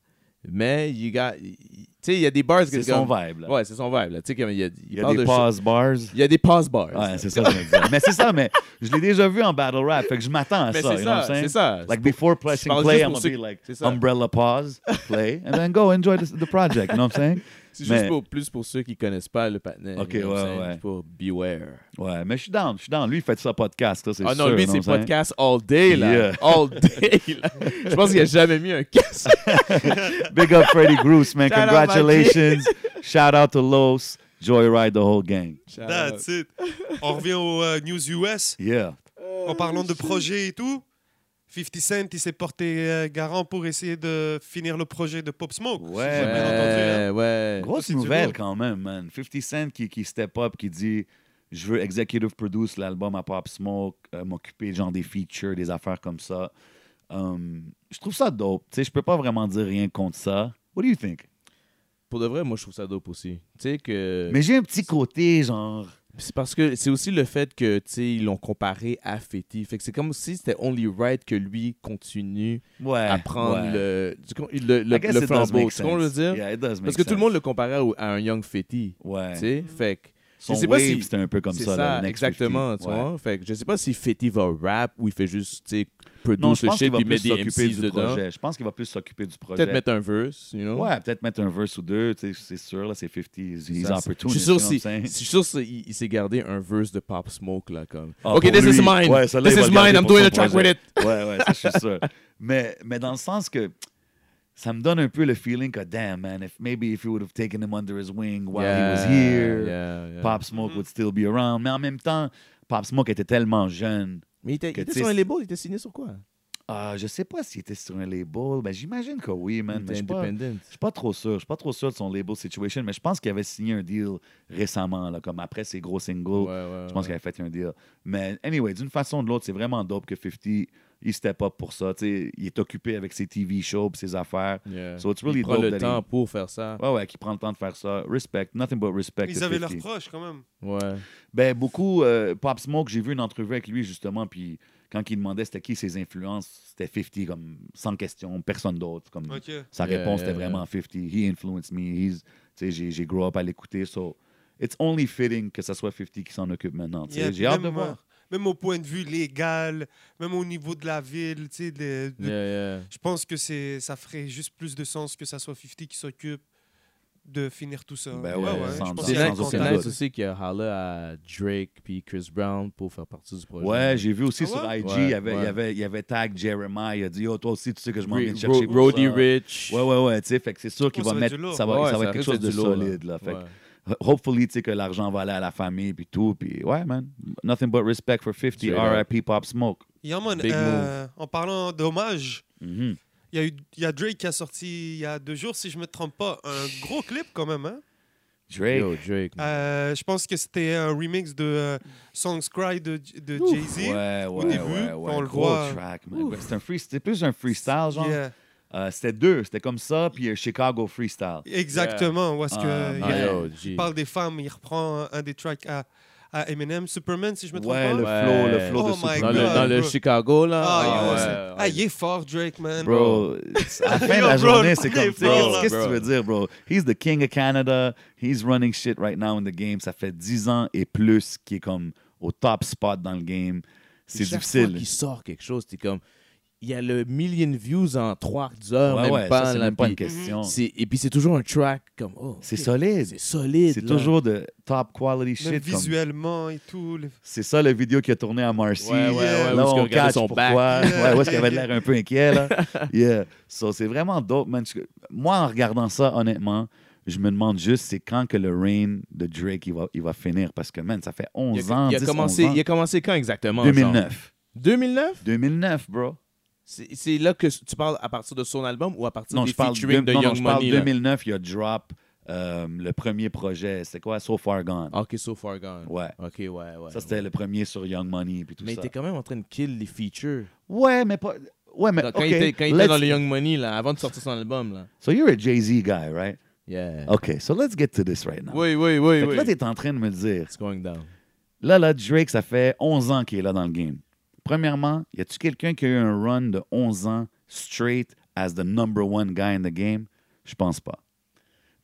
S4: Mais, you got- il- il- tu sais, il y a des bars que
S3: C'est
S4: c'est
S3: son
S4: comme-
S3: vibe. Là.
S4: Ouais, c'est son vibe, là. Tu sais, comme il, y a, il
S3: Il y a
S4: parle
S3: des
S4: de
S3: pause bars.
S4: Il y a des pass bars.
S3: Ouais, c'est ça que je me disais. Mais c'est ça, mais je l'ai déjà vu en battle rap, fait que je m'attends à
S4: Mais
S3: ça.
S4: c'est
S3: you know what
S4: ça, c'est
S3: I'm saying?
S4: ça.
S3: Like before pressing
S4: parle
S3: play,
S4: juste
S3: I'm
S4: pour
S3: gonna
S4: ceux
S3: be
S4: qui-
S3: like
S4: c'est ça.
S3: umbrella pause, play, and then go enjoy the, the project. You know what I'm saying?
S4: C'est
S3: Mais-
S4: juste pour, plus pour ceux qui connaissent pas le patinet.
S3: Ok,
S4: you know what I'm
S3: ouais,
S4: saying?
S3: ouais.
S4: C'est Pour beware.
S3: Ouais, mais je suis down, je suis down. Lui, il fait ça podcast, ça, c'est
S4: Ah
S3: sûr.
S4: non, lui,
S3: you know
S4: c'est
S3: what I'm saying?
S4: podcast all day, là.
S3: Yeah.
S4: All day, là. Je pense qu'il a jamais mis un casque.
S3: Big up Freddy Groose, man.
S4: Shout out, my
S3: Congratulations. Shout out to Los, Joyride, the whole gang.
S1: That's it. On revient aux euh, news US.
S3: Yeah.
S1: En parlant de projet et tout, 50 Cent, il s'est porté euh, garant pour essayer de finir le projet de Pop Smoke.
S3: Ouais,
S1: J'ai jamais entendu, hein.
S4: Ouais, ouais.
S3: Grosse
S1: c'est du
S3: nouvelle
S1: lourd.
S3: quand même, man. 50 Cent qui, qui step up, qui dit Je veux executive produce l'album à Pop Smoke, euh, m'occuper genre des features, des affaires comme ça. Um, je trouve ça dope. Tu sais, je peux pas vraiment dire rien contre ça. What do you think?
S4: Pour de vrai, moi, je trouve ça dope aussi. Tu sais que.
S3: Mais j'ai un petit côté genre.
S4: C'est parce que c'est aussi le fait que, tu sais, ils l'ont comparé à Fetty. Fait que c'est comme si c'était only right que lui continue
S3: Ouais.
S4: à prendre
S3: Ah, ouais.
S4: le, tu- le, le,
S3: I guess
S4: le
S3: it does
S4: flambeau.
S3: make
S4: Tu comprends ce que je veux
S3: sense.
S4: dire?
S3: Yeah, it does make
S4: Parce que tout le
S3: sense.
S4: monde le comparait au- à un Young Fetty.
S3: Ouais.
S4: Tu sais? Fait que.
S3: Son
S4: je sais pas
S3: wave,
S4: si-
S3: c'était un peu comme
S4: c'est
S3: ça. là, le Next
S4: exactement.
S3: 50.
S4: Tu
S3: Ouais.
S4: vois? Fait que je sais pas si Fetty va rap ou il fait juste, tu sais,
S3: Non,
S4: produce
S3: je
S4: le
S3: pense qu'il
S4: shit
S3: va
S4: puis
S3: plus
S4: met des
S3: s'occuper
S4: MCs
S3: du
S4: dedans.
S3: projet. Je pense qu'il va plus s'occuper du projet.
S4: Peut-être mettre un verse, you know?
S3: Ouais, peut-être mettre un verse ou deux, tu sais, c'est sûr, là, c'est 50, he's
S4: Ça, c'est- Je
S3: opportunity.
S4: suis sûr,
S3: you know what
S4: si,
S3: I'm saying?
S4: je suis sûr si- il, il s'est gardé un verse de Pop Smoke là comme.
S3: Ah,
S4: ok,
S3: pour
S4: this
S3: lui.
S4: is mine.
S3: Ouais, celle-là,
S4: this
S3: il va
S4: is
S3: le garder
S4: mine. I'm
S3: pour
S4: doing
S3: son
S4: a track with
S3: projet.
S4: it.
S3: Ouais, ouais, ça, je suis sûr. Mais, mais dans le sens que ça me donne un peu le feeling que, damn, man, if maybe if you would have taken him under his wing while he was here,
S4: yeah, yeah.
S3: Pop Smoke would still be around. Mais en même temps, Pop Smoke était tellement jeune.
S4: Mais il était,
S3: que
S4: il était
S3: tu
S4: sur
S3: sais-
S4: un label, il était signé sur quoi
S3: Ah, je sais pas s'il était sur un label. Ben, j'imagine que oui, man.
S4: Il
S3: Mais je
S4: était
S3: suis pas-
S4: Mm, independent.
S3: je suis pas trop sûr. Je suis pas trop sûr de son label situation, mais je pense qu'il avait signé un deal récemment, là, comme après ses gros singles.
S4: Ouais, ouais,
S3: Je pense
S4: ouais.
S3: qu'elle a fait un deal. Mais anyway, d'une façon ou de l'autre, c'est vraiment dope que 50, il step up pour ça. Tu sais, il est occupé avec ses TV shows pis ses affaires.
S4: Yeah.
S3: So it's
S4: Il
S3: really
S4: prend
S3: dope
S4: le
S3: that he-
S4: temps pour faire ça.
S3: Ouais, ouais, qui prend le temps de faire ça. Respect, nothing but respect.
S1: Ils
S3: to
S1: avaient leurs
S3: 50.
S1: proches quand même.
S4: Ouais.
S3: Ben, beaucoup, euh, Pop Smoke, j'ai vu une entrevue avec lui justement, puis quand il demandait c'était qui ses influences, c'était 50, comme sans question, personne d'autre. Comme,
S1: Ok.
S3: Sa
S4: Yeah,
S3: réponse
S4: yeah,
S3: était vraiment 50. He influenced me. He's, tu sais, j'ai, j'ai grow up à l'écouter. So it's only fitting que ce soit 50 qui s'en occupe maintenant. tu sais.
S1: Yeah,
S3: j'ai hâte de
S1: même,
S3: voir.
S1: euh, Même au point de vue légal, même au niveau de la ville, tu sais, de- de-
S4: Yeah, yeah.
S1: je pense que c'est, ça ferait juste plus de sens que ça soit 50 qui s'occupe de finir tout ça.
S3: Ben ouais,
S1: je
S3: sans-
S1: pense
S4: C'est
S1: qu'il y a un
S3: sans
S4: nice,
S3: aucun
S4: c'est
S1: contact.
S4: nice
S3: doute.
S4: aussi qu'il y a Hala à Drake puis Chris Brown pour faire partie du projet.
S3: Ouais, j'ai vu aussi
S1: Ah
S3: sur
S1: ouais?
S3: IG,
S4: Ouais,
S3: il, y avait, il, y
S4: ouais.
S3: avait, il y avait tag Jeremiah. Il a dit Yo, toi aussi, tu sais que je m'en viens
S4: Ro-
S3: te chercher.
S4: Ro-
S3: pour
S4: Roddy
S3: ça.
S4: Rich.
S3: Ouais, ouais, ouais. Tu sais, fait que c'est sûr qu'il
S1: Oh, ça
S3: va
S1: va être
S3: mettre.
S1: du lourd.
S3: Ça va,
S4: Ouais,
S3: ça va être quelque
S4: risque
S3: chose de
S4: du lourd,
S3: solide. Là. Fait que,
S4: Ouais.
S3: Hopefully, tu sais que l'argent va aller à la famille puis tout. Puis ouais, man. Nothing but respect for 50.
S4: Straight up.
S3: RIP Pop Smoke.
S1: Yeah, man,
S4: Big
S1: euh, en parlant d'hommage,
S3: Mhm.
S1: il y, a eu- il y a Drake qui a sorti il y a deux jours, si je ne me trompe pas, un gros clip quand même. hein.
S3: Drake.
S4: Yo, Drake. man.
S1: Euh, je pense que c'était un remix de euh, Songs Cry de, de Jay-Z.
S3: Ouais, ouais,
S1: début,
S3: ouais, ouais.
S1: on le
S3: Gros
S1: voit.
S3: track, man. Ouais, C'est un free- c'était plus un freestyle, genre.
S1: Yeah,
S3: Euh, c'était deux. C'était comme ça, puis euh, Chicago freestyle.
S1: Exactement, où est-ce que
S3: Ah,
S1: il
S4: Ah,
S3: yeah.
S4: yo, G.
S1: Il parle des femmes, il reprend un des tracks à, à Eminem, Superman, si je me trompe
S3: Ouais,
S1: pas.
S3: le
S4: Ouais.
S3: flow, le flow de
S1: Oh my
S4: Dans
S3: Superman.
S4: le,
S1: God.
S4: dans le
S1: bro.
S4: Chicago, là.
S1: Ah,
S3: Ah,
S1: yo,
S3: ouais,
S1: c'est-
S4: ouais.
S1: ah, il est fort, Drake, man.
S3: Bro, à la fin de
S1: Yo,
S3: la
S1: bro,
S3: journée, c'est
S1: t'es
S3: comme, tu sais,
S1: fort,
S3: qu'est-ce que
S4: bro.
S3: tu veux dire, bro? He's the king of Canada. He's running shit right now in the game. Ça fait 10 ans et plus qu'il est comme au top spot dans le game. C'est
S4: Chaque
S3: difficile.
S4: fois qu'il sort quelque chose, t'es comme. Il y a le million views en 3 heures,
S3: Ouais,
S4: même
S3: ouais,
S4: pas.
S3: ça, c'est
S4: là,
S3: même pas une
S4: puis
S3: question.
S4: c'est- Et puis c'est toujours un track comme. Oh,
S3: C'est
S4: ok,
S3: solide.
S4: C'est solide.
S3: C'est
S4: là.
S3: toujours de top quality shit.
S1: Même
S3: comme-
S1: visuellement et tout. les-
S3: C'est ça le vidéo qui a tourné à Marcy.
S4: Ouais,
S1: yeah.
S4: ouais, ouais.
S3: là,
S4: où est-ce qu'il
S3: on
S4: regardait
S3: catch
S4: son back.
S3: pourquoi. Ouais, ouais, est-ce qu'il avait l'air un peu inquiet, là? Yeah. So, c'est vraiment dope, man. Je- Moi, en regardant ça, honnêtement, je me demande juste, c'est quand que le reign de Drake, il va, il va finir? Parce que, man, ça fait
S4: Il
S3: 11
S4: a,
S3: ans,
S4: il a
S3: 10,
S4: commencé,
S3: 11 ans.
S4: il a commencé quand exactement genre?
S3: 2009.
S4: 2009
S3: 2009, bro.
S4: C'est c'est là que tu parles à partir de son album ou à partir
S3: Non,
S4: des
S3: je parle,
S4: featuring
S3: de,
S4: de
S3: non, non,
S4: Young
S3: je parle
S4: Money là?
S3: 2009, il a drop euh, le premier projet. C'est quoi? So Far Gone.
S4: Ok, so far gone.
S3: Ouais.
S4: Ok, ouais, Ah. ouais.
S3: Ça, c'était le premier sur Young Money. Puis tout
S4: Mais
S3: ça.
S4: t'es quand même en train de kill les features.
S3: Ouais, mais pas. Ouais, mais.
S4: Quand,
S3: ok,
S4: il était, quand il était
S3: let's-
S4: dans le Young Money, là, avant de sortir son album, là.
S3: So you're a Jay-Z guy, right?
S4: Yeah.
S3: OK, so let's get to this right now.
S4: Oui, oui, oui,
S3: Oh. Fait que
S4: oui.
S3: là, t'es en train de me dire,
S4: It's going down.
S3: là, là, Drake, ça fait 11 ans qu'il est là dans le game. Premièrement, y a-tu quelqu'un qui a eu un run de 11 ans straight as the number one guy in the game? Je pense pas.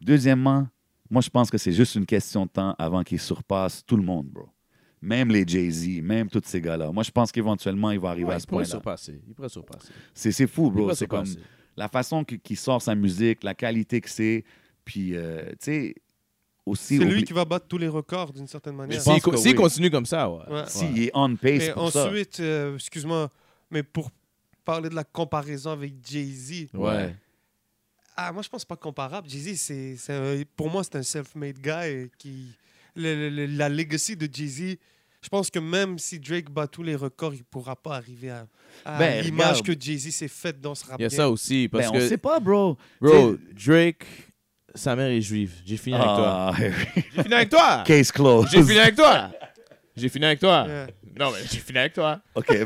S3: Deuxièmement, moi, je pense que c'est juste une question de temps avant qu'il surpasse tout le monde, bro. Même les Jay-Z, même tous ces gars-là. Moi, je pense qu'éventuellement, il va arriver
S4: Ouais,
S3: à
S4: il
S3: ce
S4: pourrait
S3: point-là.
S4: surpasser. Il pourrait surpasser.
S3: C'est c'est fou,
S4: Il
S3: bro.
S4: pourrait
S3: C'est comme
S4: surpasser.
S3: la façon que- qu'il sort sa musique, la qualité que c'est, puis, euh, tu sais, aussi...
S1: C'est
S3: oublie-
S1: lui qui va battre tous les records d'une certaine
S3: Mais
S1: manière.
S3: je
S4: S'il
S3: pense
S4: co-
S3: que
S4: s'il
S3: oui.
S4: continue comme ça, ouais.
S1: Ouais.
S3: Si, il est on pace
S1: Mais
S3: pour ça.
S1: ensuite, euh, excuse-moi, mais pour parler de la comparaison avec Jay-Z,
S4: Ouais.
S1: ah, moi je pense pas comparable. Jay-Z, c'est, c'est un- pour moi, c'est un self-made guy qui. le- le- le- la legacy de Jay-Z, je pense que même si Drake bat tous les records, il pourra pas arriver à, à
S3: Ben,
S1: l'image
S3: regarde.
S1: que Jay-Z s'est faite dans ce rap.
S4: Il y a
S1: game.
S4: ça aussi. Parce
S3: Ben, on
S4: que,
S3: sait pas, bro.
S4: bro, Drake, sa mère est juive. J'ai fini avec toi.
S3: Ah,
S4: J'ai fini avec toi!
S3: Case closed.
S4: J'ai fini avec toi! J'ai fini avec toi!
S1: Yeah.
S4: Non, mais j'ai fini avec toi!
S3: OK,
S1: Mais
S3: ben,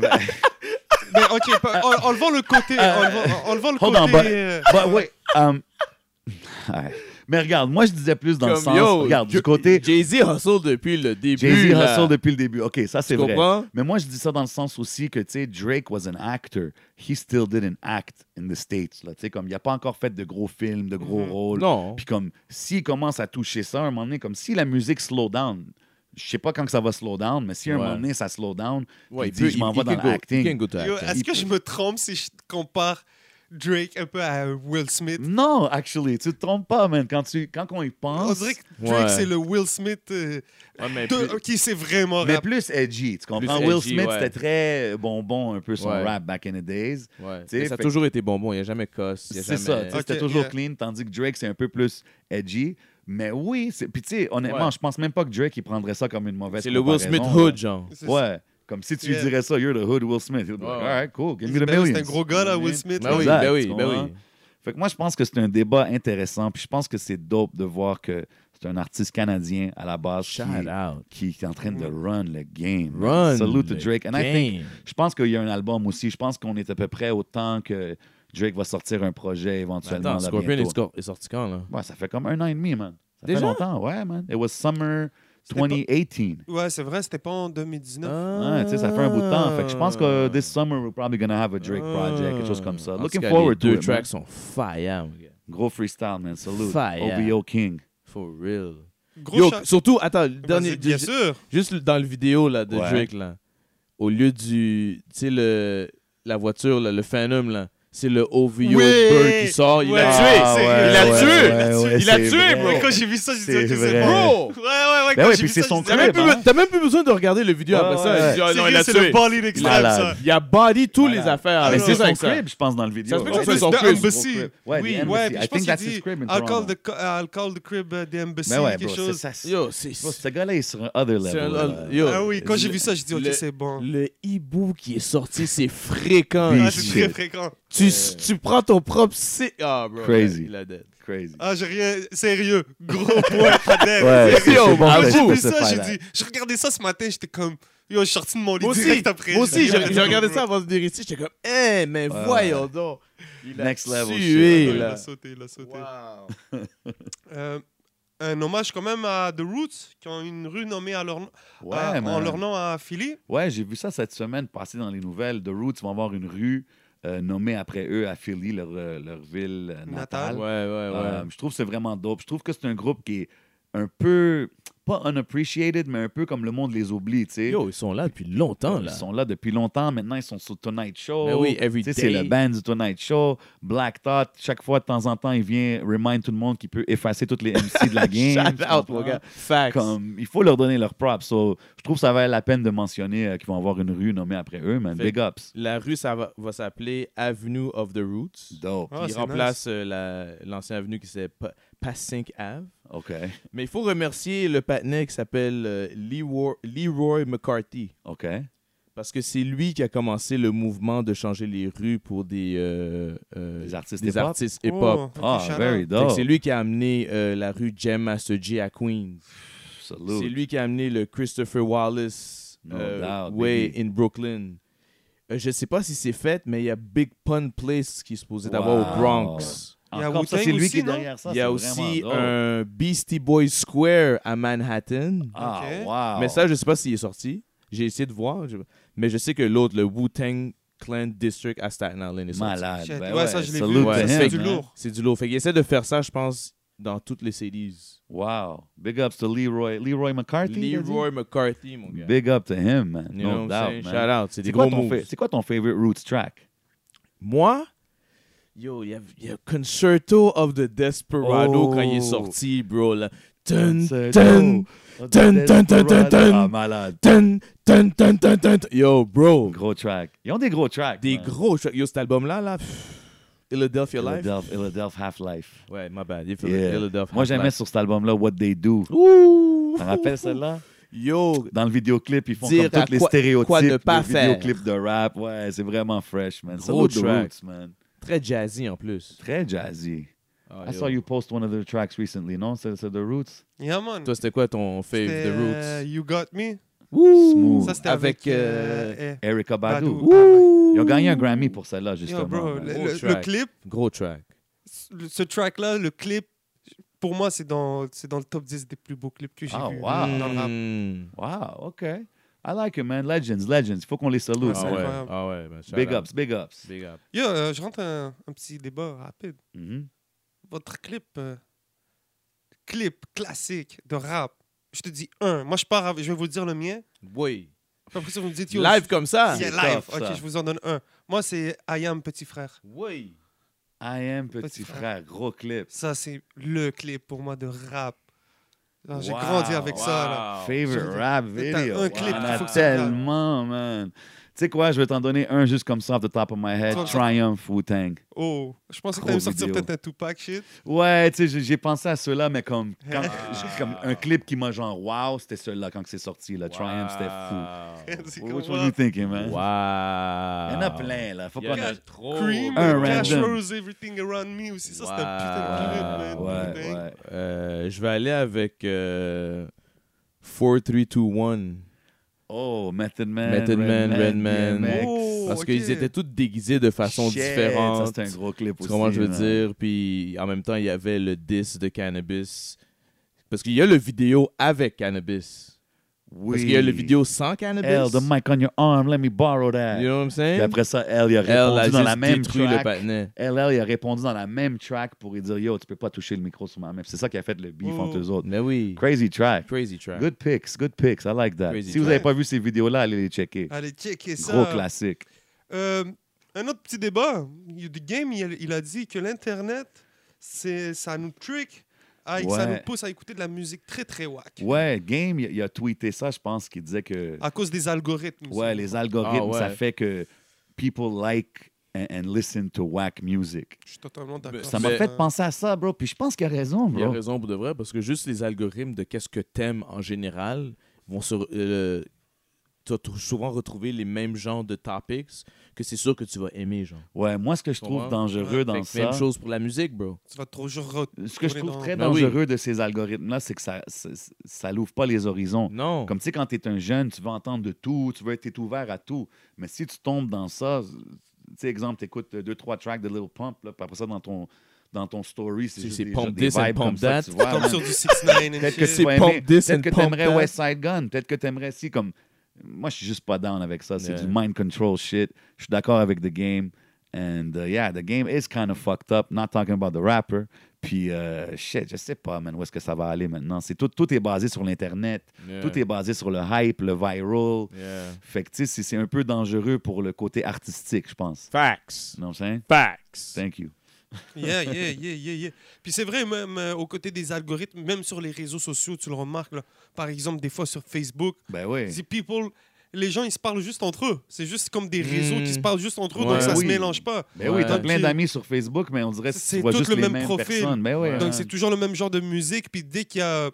S1: ben, ok, pa- en, enlevant le côté. enlevant, enlevant le
S3: Euh, hold on,
S1: côté.
S3: but-
S1: euh,
S3: but wait, um, ouais. Mais regarde, moi, je disais plus dans le
S4: Comme,
S3: sens...
S4: yo,
S3: regarde,
S4: J-
S3: du côté...
S4: Jay-Z hustle depuis le début.
S3: Jay-Z
S4: là.
S3: hustle depuis le début. OK, ça, c'est
S4: Tu
S3: vrai.
S4: comprends?
S3: Mais moi, je dis ça dans le sens aussi que, tu sais, Drake was an actor. He still didn't act in the States. Là. Tu sais, comme, il n'a pas encore fait de gros films, de gros rôles.
S4: Non.
S3: Puis comme, s'il commence à toucher ça, un moment donné, comme si la musique slow down, je sais pas quand que ça va slow down, mais si un
S4: Ouais.
S3: moment donné, ça slow down,
S4: Ouais,
S3: il dit, je m'en vais dans
S4: can go- he can
S3: l'acting.
S4: go to
S1: yo,
S4: acting.
S1: est-ce que je me trompe si je compare Drake un peu à Will Smith
S3: Non, actually, tu te trompes pas, man. Quand, tu, quand on y pense,
S1: On dirait que Drake,
S4: Ouais.
S1: c'est le Will Smith euh,
S4: Ouais, mais
S1: de-
S4: plus-
S1: qui s'est vraiment
S3: mais
S1: rap.
S3: plus edgy, tu comprends?
S4: Plus
S3: Will
S4: edgy,
S3: Smith,
S4: ouais.
S3: c'était très bonbon un peu son
S4: Ouais.
S3: rap back in the days.
S4: ouais.
S3: Tu sais,
S4: Mais ça a
S3: fait-
S4: toujours été bonbon. Il n'y a jamais cosse. il y a
S3: C'est
S4: jamais-
S3: ça, tu sais, c'était
S1: Ok,
S3: toujours
S1: yeah.
S3: clean, tandis que Drake, c'est un peu plus edgy. Mais oui, c'est- puis tu sais, honnêtement,
S4: Ouais.
S3: je pense même pas que Drake, il prendrait ça comme une mauvaise
S4: C'est le Will Smith
S3: comparaison,
S4: hood, genre.
S1: C'est-
S3: Ouais. Comme si tu lui
S1: Yeah.
S3: dirais ça, you're the hood Will Smith. He'll be like,
S4: Ouais.
S3: all right, cool, give me
S1: Ben
S3: the
S1: là,
S3: millions.
S1: C'est un gros gars, là, Will Smith.
S4: Ben
S1: là.
S4: oui,
S3: Exact,
S4: ben oui,
S3: tu
S4: ben
S3: comprends?
S4: oui.
S3: Fait que moi, je pense que c'est un débat intéressant. Puis je pense que c'est dope de voir que c'est un artiste canadien à la base qui,
S4: Shout out.
S3: qui est en train de
S1: Mm.
S3: run le game.
S4: Run.
S3: Salute to
S4: le
S3: Drake. And I think,
S4: game.
S3: je pense qu'il y a un album aussi. Je pense qu'on est à peu près au temps que Drake va sortir un projet éventuellement.
S4: Attends,
S3: là,
S4: Scorpion est,
S3: bientôt.
S4: scor- est sorti quand, là?
S3: Ouais, ça fait comme un an et demi, man. Ça
S4: Déjà?
S3: fait longtemps, ouais, man. It was summer
S1: C'était pas-
S3: 2018.
S1: Ouais, c'est vrai, c'était pas en 2019.
S3: Ouais, tu sais, ça fait un bout de temps. Fait que je pense que this summer, we're probably gonna have a Drake project, quelque chose comme ça.
S4: Ah. En tout
S3: Looking
S4: cas,
S3: forward
S4: les
S3: to
S4: deux
S3: it, man.
S4: tracks sont fire, mon gars.
S3: Gros freestyle, man. Salute.
S4: Fire.
S3: OVO King.
S4: For real.
S1: Gros
S4: Yo,
S1: chat-
S4: surtout, attends, le
S1: Vas-y,
S4: dernier,
S1: bien
S4: ju-
S1: sûr.
S4: juste le- dans le vidéo là, de
S3: Ouais.
S4: Drake, là, au lieu du, tu sais, le, la voiture, là, le Phantom, là, c'est le OVO de
S1: Oui!
S4: Bird qui sort, il
S1: Ouais.
S4: l'a Ah, tué.
S3: Ah,
S1: tué,
S4: il l'a tué.
S1: Il
S4: l'a
S3: c'est
S4: tué,
S3: vrai.
S4: bro.
S1: Mais quand j'ai vu ça, j'ai dit,
S3: C'est
S1: ok, c'est
S3: vrai.
S1: bon.
S4: Bro!
S1: Ouais, ouais, ouais.
S3: Ben
S1: quand
S3: ouais,
S1: j'ai
S3: puis
S1: vu
S3: c'est
S1: ça,
S3: son hein.
S1: j'ai dit, ah,
S4: T'as même,
S1: mais
S4: plus be- t'as même plus besoin de regarder le vidéo
S3: Ouais,
S4: après ça.
S3: ouais.
S4: Il dit, Ah, non, il
S1: sérieux,
S4: l'a
S1: C'est le
S4: tué.
S1: body d'extrême,
S3: Malade.
S1: ça.
S4: Il a body toutes
S3: Voilà.
S4: les affaires.
S1: Ah,
S4: avec
S3: Mais
S1: non,
S3: c'est
S4: ça
S3: son
S4: avec ça.
S3: crib, je pense, dans le vidéo.
S4: Ça se
S1: Mais
S4: peut Ouais,
S1: non,
S4: c'est
S1: c'est
S4: son
S1: de
S4: crib.
S1: Embassy.
S3: Ouais,
S1: oui,
S3: the
S1: ouais,
S3: Embassy.
S1: puis
S3: I
S1: je
S3: think
S1: pense
S3: that's
S1: qu'il
S3: his
S1: dit
S3: crib in
S1: I'll call
S3: Toronto.
S1: the co- I'll call the crib uh, the Embassy,
S3: Mais Ben ouais,
S1: quelque
S3: bro,
S1: chose.
S3: c'est ça.
S4: Yo, c'est.
S3: Bro, ce gars-là, il est sur un other
S4: c'est
S3: level.
S4: un-
S3: là.
S4: yo.
S1: Ah oui, quand j'ai
S4: Le-
S1: vu ça, j'ai dit, ok,
S4: le-
S1: c'est bon.
S4: Le hibou qui est sorti, c'est fréquent.
S3: Beast.
S1: Ah, c'est très
S3: shit.
S1: fréquent.
S4: Tu, tu prends ton propre C. Ah, bro.
S3: Crazy.
S4: Il a dead.
S3: Crazy.
S1: Ah, j'ai rien. Sérieux. Gros point, Fadel.
S3: Ouais,
S1: Sérieux.
S3: c'est
S4: yo,
S3: c'est bon,
S4: ah,
S3: c'est
S1: J'ai
S3: pour
S1: vu
S3: ce
S1: ça, j'ai
S3: faire-là.
S1: dit. Je regardais ça ce matin, j'étais comme. Yo, je suis sorti de mon lit
S4: Moi aussi,
S1: direct après.
S4: moi aussi, j'ai
S1: regardé
S4: j'ai regardé ça avant de venir ici, j'étais comme, eh, mais
S3: Ouais,
S4: voyons donc. Il a
S3: Next
S4: tué,
S3: level
S1: Ouais,
S3: shit.
S1: Il
S4: là.
S1: a sauté, il a sauté.
S4: Wow.
S1: Euh, un hommage quand même à The Roots, qui ont une rue nommée à leur, nom-
S3: Ouais,
S1: à- en
S3: man.
S1: leur nom à Philly.
S3: Ouais, j'ai vu ça cette semaine passer dans les nouvelles. The Roots vont avoir une rue euh, nommée après eux à Philly, leur, euh, leur ville euh,
S1: Natale.
S3: natale. Ah,
S4: Ouais, ouais, ouais.
S3: Euh, je trouve que c'est vraiment dope. Je trouve que c'est un groupe qui est un peu, pas unappreciated, mais un peu comme le monde les oublie, tu sais. Euh,
S4: Yo, ils sont là depuis longtemps,
S3: Ils
S4: là.
S3: sont là depuis longtemps. Maintenant, ils sont sur Tonight Show.
S4: Ben oui, every
S3: Tu sais, C'est
S4: day.
S3: le band du Tonight Show. Black Thought, chaque fois, de temps en temps, il vient remind tout le monde qu'il peut effacer toutes les MC de la game.
S4: Shout
S3: tu
S4: out,
S3: comprends?
S4: mon gars. Facts.
S3: Comme, il faut leur donner leur props. So, je trouve que ça valait la peine de mentionner euh, qu'ils vont avoir une rue nommée après eux, man.
S4: Fait-
S3: Big ups.
S4: La rue, ça va, va s'appeler Avenue of the Roots.
S3: Dope.
S1: Ah,
S4: il
S1: c'est
S4: remplace euh, la- l'ancienne avenue qui s'appelait Pa- Pass 5 Ave.
S3: OK.
S4: Mais il faut remercier le patinet qui s'appelle euh, Leroy, Leroy McCarthy.
S3: OK.
S4: Parce que c'est lui qui a commencé le mouvement de changer les rues pour des, euh, euh,
S3: Les artistes
S4: des
S3: hip-hop?
S4: artistes
S1: Oh,
S4: hip-hop.
S1: ok,
S3: Ah,
S1: shout-out.
S3: very
S4: Fait que
S3: dope.
S4: C'est lui qui a amené euh, la rue Jam Master G à Queens.
S3: Salute.
S4: C'est lui qui a amené le Christopher Wallace
S3: No
S4: euh,
S3: doubt,
S4: Way
S3: baby.
S4: in Brooklyn. Euh, je sais pas si c'est fait, mais il y a Big Pun Place qui est supposé d'avoir au
S3: Wow.
S4: Bronx.
S1: Il y a
S3: Encore ça,
S1: Wu-Tang
S3: c'est lui
S1: aussi,
S3: qui est
S1: non?
S3: derrière ça.
S4: Il y a
S3: c'est
S4: aussi
S3: vraiment drôle.
S4: un Beastie Boy Square à Manhattan.
S3: Ah,
S1: Ok.
S3: wow.
S4: Mais ça, je sais pas s'il est sorti. J'ai essayé de voir. je- Mais je sais que l'autre, le Wu-Tang Clan District à Staten Island est sorti.
S3: Malade.
S1: Shit,
S3: Ben
S1: ouais, ça, je l'ai vu.
S3: salute
S1: Ça,
S3: to
S1: c'est
S3: him,
S1: du
S3: man.
S1: lourd.
S4: C'est du lourd. Fait qu'il essaie de faire ça, je pense, dans toutes les cities.
S3: Wow. Big ups to Leroy. Leroy McCarthy. t'as dit?
S4: Leroy McCarthy, mon gars.
S3: Big up to him, man.
S4: You
S3: no
S4: know what I'm
S3: doubt,
S4: saying?
S3: man.
S4: Shout out. C'est des
S3: C'est quoi,
S4: gros
S3: ton fa-
S4: moves.
S3: c'est quoi ton favorite Roots track?
S4: Moi, yo, il y, a- il y a Concerto of the Desperado
S3: Oh.
S4: quand il est sorti, bro. Là. Dun, dun,
S3: Oh,
S4: dun, dun, dun, dun, dun.
S3: Ah, malade.
S4: dun, dun, dun, dun, dun. Yo, bro.
S3: Gros track. Ils ont des gros tracks.
S4: Des
S3: man.
S4: gros tracks. Yo, cet album-là, là, pff, Philadelphia Life.
S3: Philadelphia, Philadelphia Half-Life.
S4: Ouais, my bad. Il est Phila-
S3: Yeah.
S4: Philadelphia.
S3: Moi, j'aimais sur cet album-là What They Do.
S4: Ouh!
S3: T'en rappelles celle-là?
S4: Yo,
S3: Dans le vidéoclip, ils font
S4: Dire
S3: comme
S4: à
S3: tous les
S4: quoi-
S3: stéréotypes
S4: quoi ne pas
S3: de
S4: faire.
S3: vidéoclips de rap. Ouais, c'est vraiment fresh, man.
S4: Gros
S3: Salute the
S4: track.
S3: Roots, man.
S4: très jazzy en plus.
S3: Très jazzy.
S4: Ah,
S3: I
S4: yo.
S3: saw you post one of the tracks recently, non? C'est c'est The Roots?
S1: Yeah, man.
S4: Toi, c'était quoi ton fave
S1: C'était, euh,
S4: The Roots?
S1: You Got Me.
S3: Smooth.
S1: Ça, c'était avec.
S4: Avec, euh,
S1: euh, eh,
S3: Erika Badu.
S1: Badu.
S3: Ils ont gagné un Grammy pour celle-là, justement.
S1: Yo, bro,
S3: man.
S1: le,
S4: Gros
S1: le- le
S4: track.
S1: clip,
S4: Gros track.
S1: le- ce track-là, le clip, pour moi, c'est dans, c'est dans le top 10 des plus beaux clips que j'ai
S3: Ah,
S1: vu
S3: wow.
S1: dans le rap.
S4: Mm.
S3: Wow, OK. I like it, man. Legends, legends. Il faut qu'on les salue.
S1: Ah
S4: Ah
S1: C'est
S4: ouais,
S1: incroyable.
S4: ah ouais. ben, shout
S3: Big
S4: out.
S3: ups, big ups.
S4: Big up.
S1: Yo, euh, je rentre un, un petit débat rapide.
S3: Mhm.
S1: Votre clip, euh, clip classique de rap, je te dis un. Moi, je pars, avec- je vais vous dire le mien.
S4: Oui.
S1: Après ça, vous me dites, yo,
S4: Live comme ça.
S1: c'est
S3: C'est
S1: live.
S3: tough, ça.
S1: ok, je vous en donne un. Moi, c'est I Am Petit Frère.
S4: Oui.
S3: I am petit
S1: Petit frère.
S3: frère, gros clip.
S1: Ça, c'est le clip pour moi de rap. Alors, J'ai
S3: Wow,
S1: grandi avec ça. là.
S3: Favorite
S1: Sur-
S3: rap
S1: t'as
S3: video.
S1: un clip
S3: Wow.
S1: qu'il faut que tu
S3: tellement, man. Tu sais quoi, je vais t'en donner un juste comme ça, off the top of my head.
S1: Trop-
S3: Triumph Wu-Tang.
S1: Oh, je pensais que
S3: Gros
S1: t'allais me sortir
S3: vidéo.
S1: peut-être un Tupac shit.
S3: Ouais, tu sais, j'ai- j'ai pensé à ceux-là, mais comme, quand-
S4: Ah.
S3: j'ai- comme un clip qui m'a genre, wow, c'était celui-là quand c'est sorti. Là. Triumph, c'était fou.
S1: C'est
S3: Which
S1: comme,
S3: one you thinking, man?
S4: Wow.
S3: Il y en a plein, là. Faut
S4: Il y en
S3: qu'on
S4: a
S3: a-
S4: trop.
S1: Cream,
S3: Un
S1: Cash
S3: random.
S1: Rose, Everything Around Me aussi. Ça, c'était un putain de clip,
S4: Wow,
S1: man.
S3: Ouais, ouais.
S4: Euh, je vais aller avec euh, 4, 3, 2, 1.
S3: Oh, Method Man.
S4: Method Man, Redman.
S3: DMX.
S1: Oh,
S4: Parce
S1: ok.
S4: qu'ils étaient tous déguisés de façon
S3: Shit, Ça,
S4: différente.
S3: c'était un gros clip
S4: Tu
S3: aussi.
S4: comprends ce que je
S3: man.
S4: veux dire? Puis en même temps, il y avait le 10 de Cannabis. Parce qu'il y a le vidéo avec Cannabis.
S3: Oui.
S4: Parce qu'il y a le vidéo sans Cannabis.
S3: L, the mic on your arm, let me borrow
S4: You
S3: that.
S4: know what I'm saying?
S3: Puis après ça, L, il a
S4: Elle a
S3: répondu dans la
S4: juste
S3: même
S4: détruit le
S3: track.
S4: patinet.
S3: L, L, il a répondu dans la même track pour lui dire Yo, tu peux pas toucher le micro sur ma main. Puis C'est ça qui a fait le beef
S1: Oh.
S3: entre eux autres.
S4: Mais oui.
S3: Crazy track.
S4: Crazy track.
S3: Good picks, good picks. I like that.
S4: Crazy Ah,
S3: si vous
S4: track.
S3: n'avez pas vu ces vidéos-là, allez les checker.
S1: Allez, checker ça.
S3: Gros classique.
S1: Euh, un autre petit débat. The Game, il a, il a dit que l'Internet, c'est- ça nous trick, à-
S3: Ouais.
S1: ça nous pousse à écouter de la musique très, très whack.
S3: Ouais, Game, il il a tweeté ça, je pense, qu'il disait que.
S1: À cause des algorithmes.
S3: Ouais,
S1: aussi.
S3: les algorithmes,
S4: Ah ouais.
S3: ça fait que people like and, and listen to whack music.
S1: Je suis totalement d'accord.
S3: Ça m'a
S4: Mais-
S3: fait penser à ça, bro. Puis je pense qu'il a raison,
S4: Il a
S3: bro.
S4: raison pour de vrai, parce que juste les algorithmes de qu'est-ce que t'aimes en général vont sur. euh, t'as t- souvent retrouver les mêmes genres de topics que c'est sûr que tu vas aimer, genre.
S3: Ouais, moi, ce que je trouve
S4: Ouais.
S3: dangereux dans
S4: Fait que
S3: ça.
S4: Même chose pour la musique, bro.
S1: Tu vas toujours re-
S3: Ce que je
S1: tourner
S3: trouve
S1: dans-
S3: très
S4: Ben oui.
S3: dangereux de ces algorithmes-là, c'est que ça ça- ça l'ouvre pas les horizons.
S4: Non.
S3: Comme tu sais, quand tu es un jeune, tu veux entendre de tout, tu veux être t'es ouvert à tout. Mais si tu tombes dans ça, tu sais, exemple, tu écoutes deux, trois tracks de Little Pump, là, puis après ça, dans ton, dans ton story, c'est
S4: C'est-
S3: juste
S4: c'est
S3: des,
S4: Pump
S3: des
S4: this and
S3: vibes comme
S4: Pump
S3: ça que
S4: that.
S3: tu vois,
S1: Comme
S3: man.
S1: sur du 6ix9ine and
S3: Peut-être que
S1: shit.
S3: tu vas
S4: Pump
S3: aimer-
S4: this and
S3: peut-être que
S4: pump
S3: t'aimerais
S4: that.
S3: West Side Gun, peut-être que t'aimerais si comme moi je suis juste pas down avec ça, c'est
S4: Yeah.
S3: du mind control shit. Je suis d'accord avec the game. And uh, yeah, the game is kind of fucked up. Not talking about the rapper. Puis euh, shit, je sais pas, man, où est-ce que ça va aller maintenant. C'est tout, tout est basé sur l'internet.
S2: Yeah.
S3: Tout est basé sur le hype, le viral.
S2: Yeah.
S3: Fait que tu sais, c'est- c'est un peu dangereux pour le côté artistique, je pense.
S2: Facts.
S3: You know what I'm saying?
S2: Facts.
S3: Thank you.
S1: Yeah, yeah, yeah, yeah, yeah. Puis c'est vrai, même euh, aux côtés des algorithmes, même sur les réseaux sociaux, tu le remarques, là. par exemple, des fois sur Facebook,
S3: Ben oui.
S1: si people, les gens, ils se parlent juste entre eux. C'est juste comme des réseaux
S2: Mm.
S1: qui se parlent juste entre eux,
S2: Ouais.
S1: donc ça
S3: Hmm. Oui.
S1: se mélange pas.
S3: Ben oui, t'as
S2: Ouais.
S3: plein d'amis sur Facebook, mais on dirait que
S1: C'est
S3: tu vois
S1: tout
S3: juste
S1: le
S3: les
S1: même
S3: mêmes
S1: profil.
S3: personnes. Ben oui,
S2: Ouais.
S3: hein.
S1: Donc c'est toujours le même genre de musique. Puis dès qu'il y a.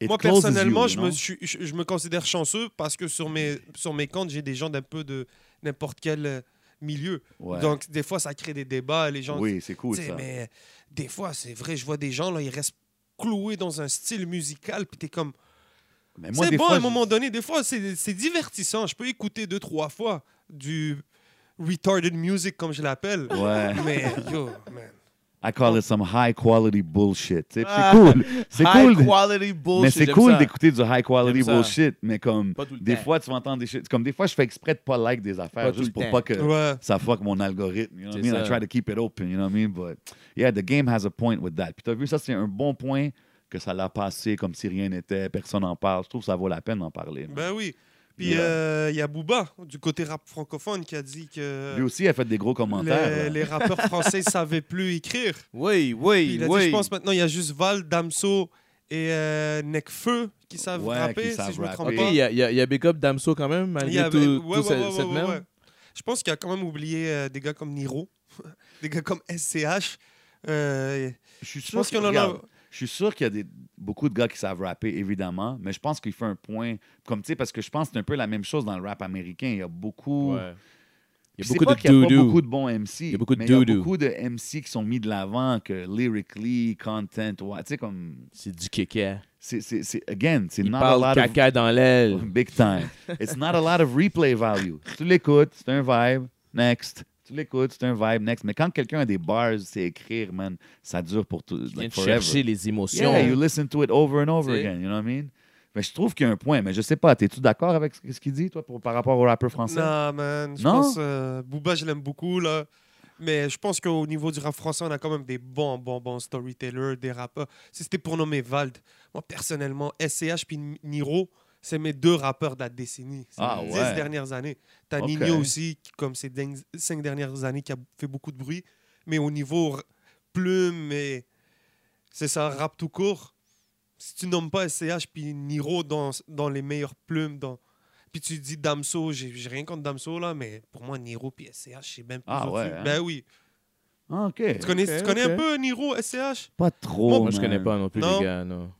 S3: It
S1: Moi,
S3: closes
S1: personnellement,
S3: you,
S1: je
S3: you
S1: me,
S3: know?
S1: je, je- je me considère chanceux parce que sur mes, sur mes comptes, j'ai des gens d'un peu de n'importe quel euh, milieu.
S3: Ouais.
S1: Donc, des fois, ça crée des débats. Les gens
S3: oui, c'est cool
S1: Tu sais,
S3: ça.
S1: mais des fois, c'est vrai, je vois des gens, là, ils restent cloués dans un style musical, puis t'es comme...
S3: Mais moi,
S1: C'est
S3: des
S1: bon,
S3: fois,
S1: à un
S3: je-
S1: moment donné, des fois, c'est c'est divertissant. Je peux écouter deux, trois fois du retarded music, comme je l'appelle.
S3: Ouais.
S1: Mais, yo, man.
S3: I call it some high quality bullshit. tu sais. Puis
S2: Ah,
S3: C'est cool. C'est
S2: High
S3: cool.
S2: quality bullshit.
S3: Mais c'est
S2: j'aime
S3: cool
S2: ça.
S3: d'écouter du high quality
S2: J'aime ça.
S3: bullshit. Mais comme
S2: Pas tout le
S3: des
S2: temps.
S3: fois, tu vas entendre des shit. Comme des fois, je fais exprès de pas like des affaires
S2: Pas tout
S3: juste
S2: le
S3: pour
S2: temps.
S3: pas que
S1: Ouais.
S3: ça fuck mon algorithme. You know what I
S2: C'est
S3: mean? I
S2: ça.
S3: try to keep it open. You know what I mean? But yeah, the game has a point with that. Puis t'as vu, ça, c'est un bon point que ça l'a passé comme si rien n'était. Personne n'en parle. Je trouve que ça vaut la peine d'en parler.
S1: Ben oui. Puis,
S3: Yeah.
S1: euh, il y a Booba, du côté rap francophone, qui a dit que...
S2: Ben,
S3: Lui aussi, il a fait des gros commentaires.
S1: les,
S3: là.
S1: les rappeurs français savaient plus écrire.
S2: Oui,
S1: Puis
S2: oui,
S1: il a dit,
S2: oui.
S1: je pense maintenant, il y a juste Val, Damso et euh, Nekfeu qui savent
S3: Ouais, qui
S1: rapper,
S3: savent
S1: si je me trompe
S2: Ok,
S3: rapper.
S1: pas.
S2: il y a, il y a- il y a Big Up Damso quand même, malgré
S1: Il y avait-
S2: tout,
S1: ouais,
S2: tout
S1: ouais,
S2: ce-
S1: ouais,
S2: cette
S1: ouais,
S2: merde.
S1: ouais. Je pense qu'il a quand même oublié euh, des gars comme Niro, des gars comme SCH. euh,
S3: Je suis
S1: je
S3: sûr
S1: pense
S3: qu'il
S1: qu'on en a.
S3: regarde, Je suis sûr qu'il y a des- beaucoup de gars qui savent rapper, évidemment, mais je pense qu'il fait un point. Comme tu sais, parce que je pense que c'est un peu la même chose dans le rap américain. Il y a beaucoup.
S2: Ouais. Il
S3: Puis
S2: y a
S3: c'est
S2: beaucoup
S3: pas
S2: de
S3: qu'il y a pas
S2: doudou.
S3: beaucoup de bons MC.
S2: Il y a beaucoup de
S3: mais il y a
S2: doudou.
S3: beaucoup de MC qui sont mis de l'avant, que lyrically, content, ouais, tu sais, comme.
S2: C'est du kéké.
S3: C'est, c'est, c'est- again, c'est
S2: Il
S3: not
S2: parle
S3: a lot
S2: caca dans l'aile.
S3: of. Big time. It's not a lot of replay value. Tu l'écoutes, c'est un vibe, next. Tu l'écoutes, c'est un vibe, next. Mais quand quelqu'un a des bars, c'est écrire, man, ça dure pour tout.
S2: Il vient
S3: like,
S2: de
S3: forever.
S2: chercher les émotions.
S3: Yeah, you listen to it over and over
S2: Tu sais.
S3: again, you know what I mean? Mais je trouve qu'il y a un point, mais je sais pas, es-tu d'accord avec ce ce qu'il dit, toi, pour- par rapport au rappeur français?
S1: Non, man. Je
S3: Non?
S1: pense. euh, Booba, je l'aime beaucoup, là. Mais je pense qu'au niveau du rap français, on a quand même des bons, bons, bons storytellers, des rappeurs. Si c'était pour nommer Vald, moi, personnellement, SCH puis N- Niro, c'est mes deux rappeurs de la décennie. C'est
S3: Ah
S1: les
S3: ouais.
S1: dix dernières années. T'as
S3: Ok.
S1: Nino aussi, qui, comme ces dingues- cinq dernières années, qui a fait beaucoup de bruit. Mais au niveau r- plume et. C'est ça, rap tout court. Si tu nommes pas SCH puis Niro dans, dans les meilleures plumes, dans... puis tu dis Damso, j'ai j'ai rien contre Damso, là, mais pour moi, Niro puis SCH, c'est même plus.
S3: Ah ouais,
S1: au-dessus.
S3: hein?
S1: Ben oui.
S3: Ah, OK.
S1: Tu connais,
S2: ok,
S1: tu connais
S2: ok.
S1: un peu Niro, SCH
S3: Pas trop,
S2: Oh, Moi, je
S3: man.
S2: connais pas non plus
S1: Non.
S2: les gars, non.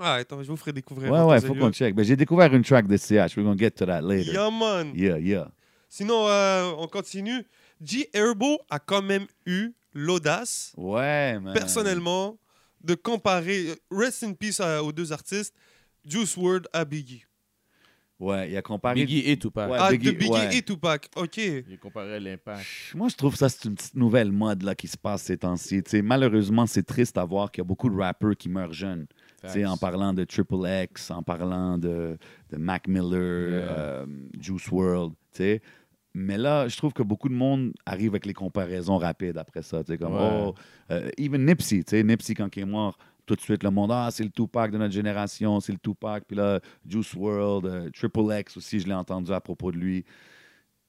S1: Ah, attends, je vous ferai découvrir.
S3: Ouais,
S1: dans
S3: ouais,
S1: tous
S3: faut
S1: les
S3: qu'on
S1: lieux.
S3: check. Ben, j'ai découvert une track de CH. We're gonna get to that later.
S1: Yeah, man.
S3: Yeah, yeah.
S1: Sinon, euh, on continue. G. Herbo a quand même eu l'audace,
S3: Ouais, man.
S1: personnellement, de comparer euh, Rest in Peace à- aux deux artistes, Juice WRLD à Biggie.
S3: Ouais, il a comparé...
S2: Biggie et Tupac.
S3: Ouais.
S1: Ah,
S3: Biggie,
S1: de Biggie
S3: ouais.
S1: et Tupac. OK.
S2: Il comparait l'impact.
S3: Moi, je trouve ça, c'est une petite nouvelle mode là, qui se passe ces temps-ci. Tu sais, malheureusement, c'est triste à voir qu'il y a beaucoup de rappeurs qui meurent jeunes. Tu sais, en parlant de Triple X, en parlant de, de Mac Miller,
S2: Yeah.
S3: euh, Juice World, tu sais. Mais là, je trouve que beaucoup de monde arrive avec les comparaisons rapides après ça. Tu sais, comme,
S2: Ouais.
S3: oh, euh, even Nipsey, tu sais, Nipsey, quand il est mort, tout de suite, le monde, ah, c'est le Tupac de notre génération, c'est le Tupac. Puis là, Juice World, euh, Triple X aussi, je l'ai entendu à propos de lui.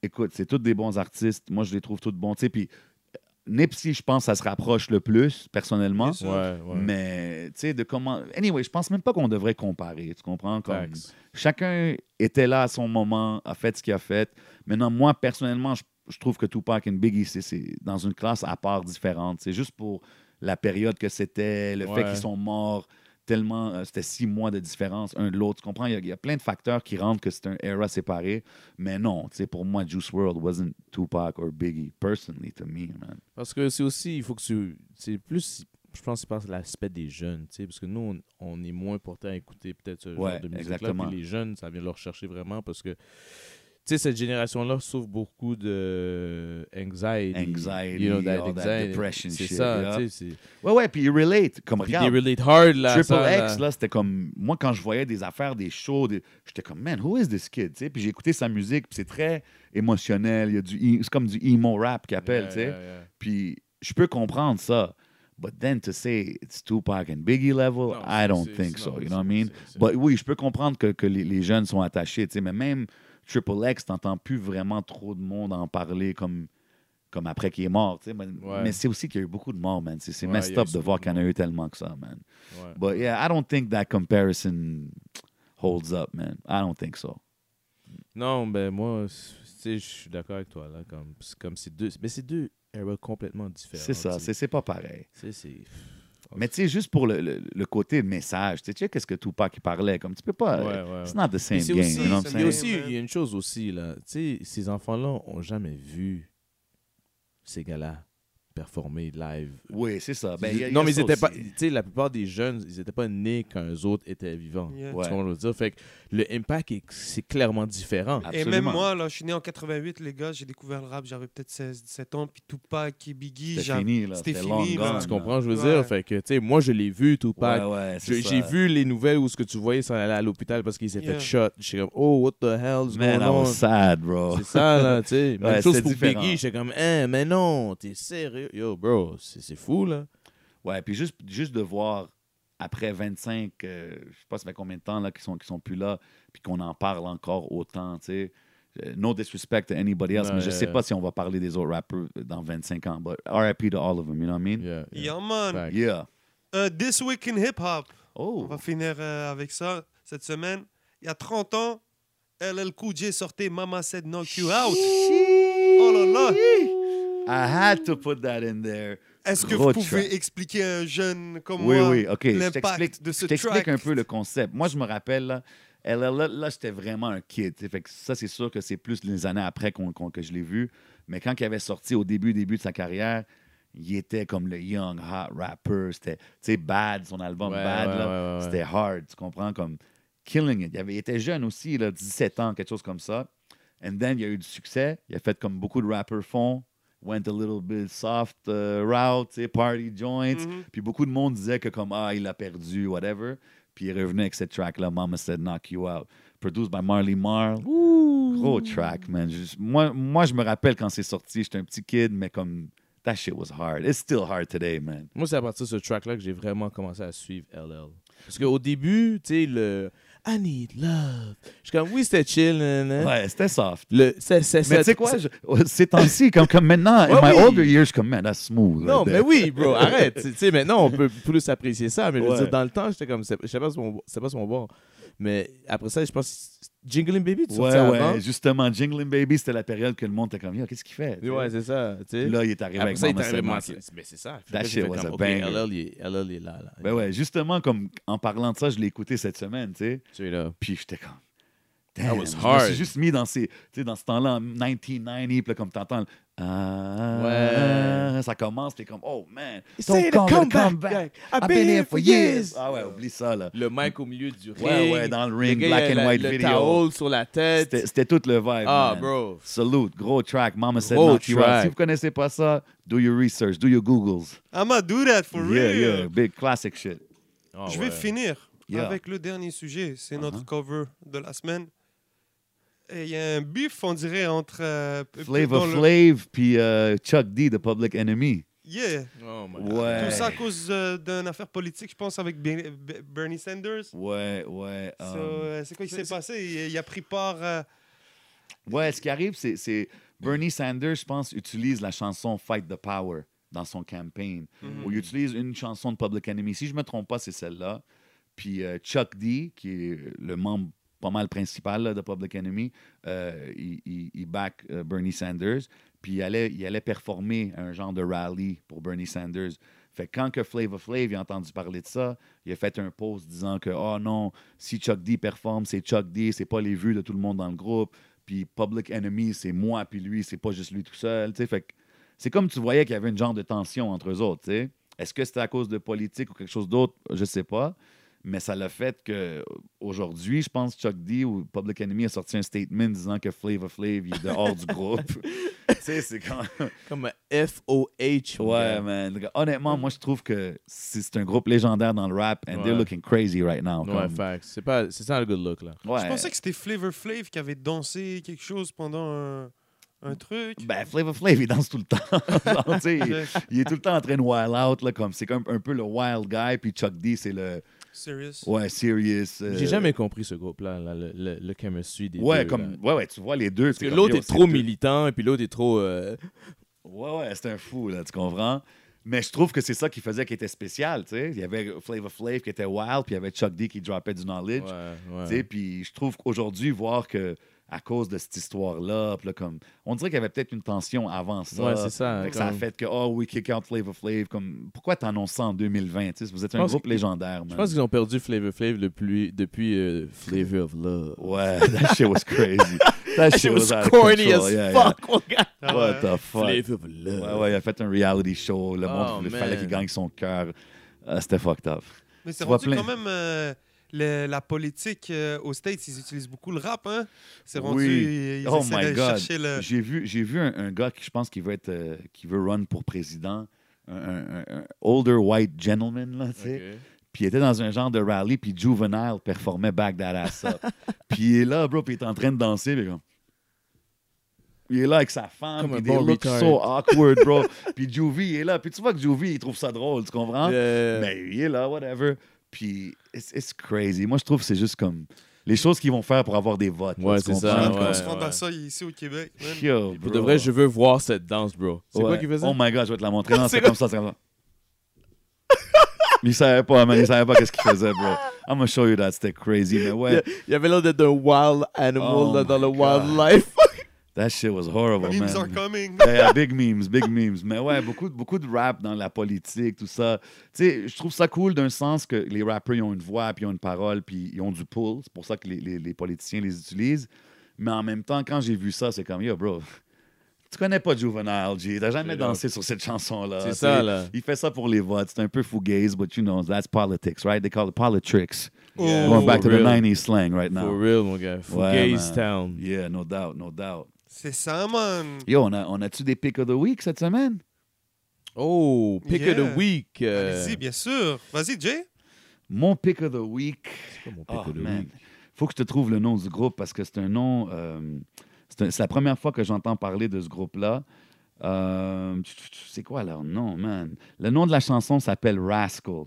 S3: Écoute, c'est tous des bons artistes. Moi, je les trouve tous bons. Tu sais, puis euh, Nipsey, je pense, ça se rapproche le plus, personnellement.
S1: Bien sûr.
S2: Ouais, ouais.
S3: Mais, tu sais, de comment. Anyway, je pense même pas qu'on devrait comparer. Tu comprends? Comme
S2: Facts.
S3: Chacun était là à son moment, a fait ce qu'il a fait. Maintenant, moi, personnellement, je, je trouve que Tupac et Biggie, c'est- c'est dans une classe à part différente. C'est juste pour la période que c'était, le fait
S2: Ouais.
S3: qu'ils sont morts tellement. euh, c'était six mois de différence un de l'autre. Tu comprends? Il y, a, il y a plein de facteurs qui rendent que c'est un era séparé. Mais non, tu sais, pour moi, Juice World wasn't Tupac or Biggie, personally, to me, man.
S2: Parce que c'est aussi, il faut que tu. C'est plus, je pense, que c'est par l'aspect des jeunes, tu sais, parce que nous, on, on est moins portés à écouter peut-être ce
S3: Ouais,
S2: genre de musique-là.
S3: exactement.
S2: Puis les jeunes, ça vient leur chercher vraiment parce que, tu
S4: sais, cette génération-là souffre beaucoup de anxiety.
S3: Anxiety,
S4: You know, that
S3: all that
S4: anxiety.
S3: depression
S4: C'est
S3: shit,
S4: ça,
S3: yeah.
S4: tu sais. c'est-
S3: Ouais, ouais, puis ils relate. Comme,
S4: Puis
S3: regarde,
S4: they relate hard, là.
S3: Triple
S4: ça, là.
S3: X, là, c'était comme. Moi, quand je voyais des affaires, des shows, des- j'étais comme, man, who is this kid? Tu sais, Puis j'ai écouté sa musique, puis c'est très émotionnel. Il y a du e- C'est comme du emo rap qu'il appelle,
S4: Yeah,
S3: tu sais.
S4: yeah, yeah.
S3: Puis je peux comprendre ça. But then to say it's Tupac and Biggie level,
S4: Non,
S3: I don't
S4: c'est-
S3: think
S4: non,
S3: so. You
S4: c'est-
S3: know what I mean?
S4: c'est- c'est-
S3: But oui, je peux comprendre que, que les, les jeunes sont attachés, tu sais, mais même Triple X, t'entends plus vraiment trop de monde en parler comme, comme après qu'il est mort, tu sais. Mais,
S4: Ouais.
S3: mais c'est aussi qu'il y a eu beaucoup de morts, man. C'est c'est
S4: Ouais, il
S3: messed
S4: y a
S3: up
S4: eu
S3: de voir qu'il y en a eu tellement que ça, man.
S4: Ouais.
S3: But yeah, I don't think that comparison holds up, man. I don't think so.
S4: Non, ben moi, c- tu sais, je suis d'accord avec toi, là. Comme c'est comme c'est deux. Mais c'est deux eras complètement différentes.
S3: C'est ça,
S4: tu
S3: c'est
S4: sais.
S3: c'est pas pareil.
S4: Tu sais, c'est.
S3: Mais tu sais, juste pour le, le, le côté de message, tu sais, tu sais, qu'est-ce que Tupac il parlait, comme tu peux pas.
S4: Ouais, ouais,
S3: It's
S4: ouais.
S3: not the same
S4: Puis c'est
S3: Euh, game,
S4: aussi-
S3: you know what
S4: Il
S3: I'm
S4: y a
S3: saying?
S4: aussi il y a une chose aussi, là. Tu sais, ces enfants-là ont jamais vu ces gars-là performer live.
S3: Oui, c'est ça. Ben, il y a- il y a
S4: non, mais ils
S3: ça
S4: étaient pas.
S3: aussi.
S4: Tu sais, la plupart des jeunes, ils n'étaient pas nés quand eux autres étaient vivants.
S1: Yeah.
S4: Tu
S3: Ouais.
S4: comprends ce que je veux dire? Fait que le impact, est- c'est clairement différent.
S3: Ah,
S1: Et même
S3: Absolument.
S1: moi, là, je suis né en 88, les gars, j'ai découvert le rap, j'avais peut-être 16, 17 ans, puis Tupac et Biggie,
S3: C'était
S1: j'avais-
S3: fini, là.
S1: c'était
S3: C'était
S1: fini,
S3: long
S1: là.
S3: gone,
S1: Tu
S4: Tu comprends, je veux
S1: Ouais.
S4: dire? Fait que, tu sais, moi, je l'ai vu, Tupac.
S3: Ouais, ouais, c'est
S4: Je-
S3: ça.
S4: J'ai vu les nouvelles où ce que tu voyais, ça allait à l'hôpital parce qu'il s'est
S1: Yeah.
S4: fait shot. J'étais comme, oh, what the hell is
S3: Man, I
S4: going on?
S3: was sad, bro.
S4: C'est ça, là, tu sais. Même
S3: Oh. Ouais,
S4: chose
S3: c'est
S4: pour
S3: différent.
S4: Biggie. J'étais comme, hein, mais non, t'es sérieux? Yo, bro, c'est c'est fou, là.
S3: Ouais, puis juste, juste de voir après 25, euh, je sais pas ça fait combien de temps là, qu'ils sont, qu'ils sont plus là, puis qu'on en parle encore autant, tu sais. Euh, No disrespect to anybody else,
S4: Ouais,
S3: mais je
S4: yeah,
S3: sais
S4: yeah.
S3: pas si on va parler des autres rappers dans 25 ans, but RIP to all of them, you know what I mean?
S4: Yeah, yeah.
S1: Yeah, man.
S4: Fact.
S3: Yeah.
S1: Euh, This Week in Hip Hop. On
S3: Oh,
S1: va finir euh, avec ça cette semaine. Il y a 30 ans, LL Cool J sortait Mama Said Knock You Out. Oh là là!
S3: I had to put that in there.
S1: Est-ce que vous
S3: Gros
S1: pouvez
S3: track.
S1: expliquer à un jeune comme
S3: oui,
S1: moi
S3: oui, OK. Je
S1: l'impact
S3: t'explique,
S1: de ce
S3: je t'explique
S1: track?
S3: un peu le concept. Moi, je me rappelle, là, LL, là, là, j'étais vraiment un kid. tu sais. Fait que ça, c'est sûr que c'est plus les années après qu'on- qu'on- que je l'ai vu. Mais quand il avait sorti au début, début de sa carrière, il était comme le young hot rapper. C'était, tu sais, Bad, son album
S4: Ouais,
S3: Bad,
S4: ouais,
S3: là,
S4: ouais, ouais, ouais.
S3: c'était hard, tu comprends? Comme Killing It. Il, avait, il était jeune aussi, là, 17 ans, quelque chose comme ça. And then, il a eu du succès. Il a fait comme beaucoup de rappers font. Went a little bit soft euh, route, tu sais, party joints.
S4: Mm-hmm.
S1: Mhm.
S3: Puis beaucoup de monde disait que comme, ah, il a perdu, whatever. Puis il revenait avec cette track-là, Mama Said Knock You Out. Produced by Marley Marl. Gros track, man. Je- moi, moi, je me rappelle quand c'est sorti, j'étais un petit kid, mais comme, that shit was hard. It's still hard today, man.
S4: Moi, c'est à partir de ce track-là que j'ai vraiment commencé à suivre LL. Parce qu'au début, tu sais, le I need love. Je suis comme, oui, c'était chill. nan, nan.
S3: Ouais, c'était soft.
S4: Le, c'est, c'est,
S3: Mais
S4: c'est-
S3: tu sais quoi, je- oh, ces temps-ci, comme, comme maintenant, in
S4: Ouais,
S3: my
S4: oui.
S3: older years, je suis comme, man, that's smooth.
S4: Non,
S3: right
S4: mais
S3: there.
S4: oui, bro, arrête. Tu sais, maintenant, on peut plus apprécier ça. Mais je veux
S3: Ouais.
S4: dire, dans le temps, j'étais comme, c'est- je sais pas si on- c'est pas son bord. Mais après ça, je pense, Jingling Baby, tu sortais
S3: Ouais,
S4: avant.
S3: ouais, justement, Jingling Baby, c'était la période que le monde était comme, yo, qu'est-ce qu'il fait?
S4: Ouais, c'est ça. tu sais.
S3: Puis là, il est arrivé
S4: Après
S3: avec
S4: ça, il est
S3: Mama
S4: arrivé
S3: Said
S4: moi.
S3: Knock You Out.
S4: Mais c'est ça. Fait
S3: That
S4: que
S3: shit
S4: j'ai fait
S3: was a
S4: comme, OK,
S3: banger.
S4: LL, il est- LL est là. là.
S3: Ben ouais, justement, comme en parlant de ça, je l'ai écouté cette semaine, tu sais.
S4: Straight up.
S3: Puis j'étais comme.
S4: That
S3: Damn,
S4: was
S3: Je me
S4: hard.
S3: suis juste mis dans, ces, tu sais, dans ce temps-là, en 1990, puis là, comme t'entends. le, Ah, Ça commence, puis comme, oh man,
S4: said a comeback, like, I've been here for years.
S3: Ah ouais, oublie ça, là.
S4: Le mic au milieu du ring.
S3: Ouais, ouais, dans le ring,
S4: gars, il
S3: black
S4: a
S3: and
S4: la-
S3: white
S4: le
S3: video.
S4: towel sur la tête.
S3: C'était c'était tout le vibe.
S4: Ah,
S3: man.
S4: bro.
S3: Salute, gros track, Mama said
S4: Gros
S3: knock you out.
S4: track.
S3: Si vous connaissez pas ça, do your research, do your Googles.
S1: I'ma do that for
S3: yeah,
S1: real.
S3: yeah, big classic shit.
S4: Ah,
S1: Je
S4: ouais.
S1: vais finir
S3: Yeah. Uh-huh.
S1: avec le dernier sujet. C'est notre cover de la semaine. Et il y a un bif, on dirait, entre... euh, p- dans
S3: Flavor
S1: le-
S3: Flav, puis euh, Chuck D de Public Enemy.
S1: Yeah.
S4: Oh my God.
S3: Ouais.
S1: Tout ça à cause euh, d'une affaire politique, je pense, avec Be- Be- Bernie Sanders.
S3: Ouais, ouais.
S1: So,
S3: um,
S1: euh, c'est quoi qui s'est passé? Il, il a pris part. euh,
S3: Ouais, ce qui arrive, c'est- c'est Bernie Sanders, je pense, utilise la chanson Fight the Power dans son campaign. Ou il utilise une chanson de Public Enemy. Si je ne me trompe pas, c'est celle-là. Puis euh, Chuck D, qui est le membre pas mal principal là, de Public Enemy, euh, il, il- il back euh, Bernie Sanders. Puis il allait, il allait performer un genre de rally pour Bernie Sanders. Fait que quand que Flavor Flav il a entendu parler de ça, il a fait un post disant que oh non, si Chuck D performe, c'est Chuck D, c'est pas les vues de tout le monde dans le groupe. Puis Public Enemy, c'est moi puis lui, c'est pas juste lui tout seul. tu sais. Fait que c'est comme tu voyais qu'il y avait une genre de tension entre eux autres. tu sais. Est-ce que c'était à cause de politique ou quelque chose d'autre Je sais pas. Mais ça l'a fait que aujourd'hui, je pense Chuck D ou Public Enemy a sorti un statement disant que Flavor Flav il est dehors du groupe. tu sais, c'est quand
S4: Comme F-O-H. mon
S3: Ouais,
S4: gars.
S3: man. Le gars- Honnêtement, moi, je trouve que c'est c'est un groupe légendaire dans le rap, and they're
S4: Ouais.
S3: looking crazy right now.
S4: Ouais,
S3: comme-
S4: facts. C'est pas, c'est ça le good look, là.
S3: Ouais.
S1: Je pensais que c'était Flavor Flav qui avait dansé quelque chose pendant un, un truc.
S3: Ben, Flavor Flav, il danse tout le temps. Genre, tu sais, il,
S1: Je-
S3: il est tout le temps en train de wild out, là, comme c'est comme un peu le wild guy, puis Chuck D, c'est le
S1: Serious.
S3: ouais, serious. euh,
S4: J'ai jamais compris ce groupe-là, là, le, le, le chemistry des deux, là.
S3: Ouais, comme, ouais, ouais, tu vois les deux.
S4: Parce que l'autre est trop militant, et puis l'autre est trop... euh,
S3: Ouais, ouais, c'est un fou, là, tu comprends? Mais je trouve que c'est ça qui faisait qu'il était spécial, tu sais. Il y avait Flavor Flav qui était wild, puis il y avait Chuck D qui droppait du knowledge.
S4: ouais, ouais.
S3: Tu sais, Puis je trouve qu'aujourd'hui, voir que à cause de cette histoire-là, puis là, comme on dirait qu'il y avait peut-être une tension avant ça.
S4: Ouais, c'est ça,
S3: Fait que ça a
S4: comme-
S3: fait que, oh oui, kick out Flavor Flav. Comme, pourquoi t'annonces ça en 2020? Tu sais, vous êtes un
S4: pense
S3: groupe
S4: que-
S3: légendaire, man.
S4: Je pense qu'ils ont perdu Flavor Flav depuis, depuis euh, Flavor of Love.
S3: Ouais, that shit was crazy. That shit
S4: It
S3: was,
S4: was
S3: out of
S4: corny
S3: control.
S4: as
S3: Yeah, yeah.
S4: fuck, mon gars.
S1: Ah ouais.
S3: What the fuck?
S4: Flavor of Love.
S3: Ouais, ouais, il a fait un reality show. Le
S4: Oh,
S3: monde, il fallait
S4: man.
S3: qu'il gagne son cœur. Euh, C'était fucked up.
S1: Mais c'est
S3: Tu vois
S1: rendu
S3: plein-
S1: quand même euh, le- la politique euh, aux States, ils utilisent beaucoup le rap, hein? C'est rendu,
S3: Oui.
S1: ils, ils
S3: Oh
S1: essaient
S3: my
S1: d'aller
S3: God.
S1: chercher le...
S3: J'ai vu, j'ai vu un, un gars qui, je pense, qui veut être, euh, qui veut run pour président, un, un- un- un older white gentleman là, tu sais. Puis il était dans un genre de rallye, puis Juvenile performait Back That Ass Up. puis il est là, bro, puis il est en train de danser, puis comme. Il est là avec sa femme,
S4: Comme
S3: puis
S4: un
S3: des
S4: bon
S3: looks
S4: retard.
S3: so awkward, bro. puis Juvie, il est là, puis tu vois que Juvie, il trouve ça drôle, tu comprends?
S4: Euh,
S3: Mais il est là, whatever. Puis, it's, it's crazy. Moi, je trouve que c'est juste comme les choses qu'ils vont faire pour avoir des votes. là,
S4: Ouais,
S3: tu
S4: c'est ça,
S3: comprends?
S1: Quand on se
S4: ouais,
S1: rend à
S4: ouais.
S1: ça ici au Québec, man.
S3: Yo,
S4: Pour
S3: bro.
S4: de vrai, je veux voir cette danse, bro. C'est quoi
S3: Ouais.
S4: qu'il faisait?
S3: Oh my god, je vais te la montrer. Non,
S4: C'est
S3: c'est comme ça, c'est comme ça. Il savait pas, man. Il savait pas qu'est-ce qu'il faisait, bro. I'm gonna show you that. C'était crazy, mais ouais.
S4: Il y avait l'air d'être un wild animal
S3: Oh
S4: là, dans
S3: my
S4: le
S3: God.
S4: wildlife.
S3: That shit was horrible,
S1: Memes are
S3: man.
S1: coming.
S3: Yeah, yeah, Ben, big memes, big memes. Mais ouais, beaucoup, beaucoup de rap dans la politique, tout ça. Tu sais, je trouve ça cool d'un sens que les rappeurs, ils ont une voix, puis ils ont une parole, puis ils ont du pull. C'est pour ça que les, les- les politiciens les utilisent. Mais en même temps, quand j'ai vu ça, c'est comme, yo, bro, tu connais pas Juvenile, G. T'as jamais
S4: C'est
S3: dansé sur cette chanson-là.
S4: C'est
S3: Tu
S4: ça,
S3: sais,
S4: là.
S3: Il fait ça pour les votes. C'est un peu fugaze, but you know, that's politics, right? They call it politics.
S1: Yeah.
S3: Going back to the
S4: Oh, real.
S3: 90s slang right
S4: For
S3: now.
S4: real, mon gars.
S3: Ouais,
S4: Fugaze
S3: man.
S4: Town.
S3: Yeah, no doubt, no doubt.
S1: C'est ça, man.
S3: Yo, on a- on a-tu des pick of the week cette semaine?
S4: Oh, pick of
S1: Yeah.
S4: the week. euh,
S1: Allez-y, bien sûr. Vas-y, Jay.
S3: Mon pick of the week.
S4: c'est pas mon pick
S3: Oh,
S4: of the
S3: man.
S4: week.
S3: Faut que je te trouve le nom du groupe parce que c'est un nom. euh, c'est un- c'est la première fois que j'entends parler de ce groupe-là. Euh, tu- tu- tu- c'est quoi leur nom, man? Le nom de la chanson s'appelle Rascal.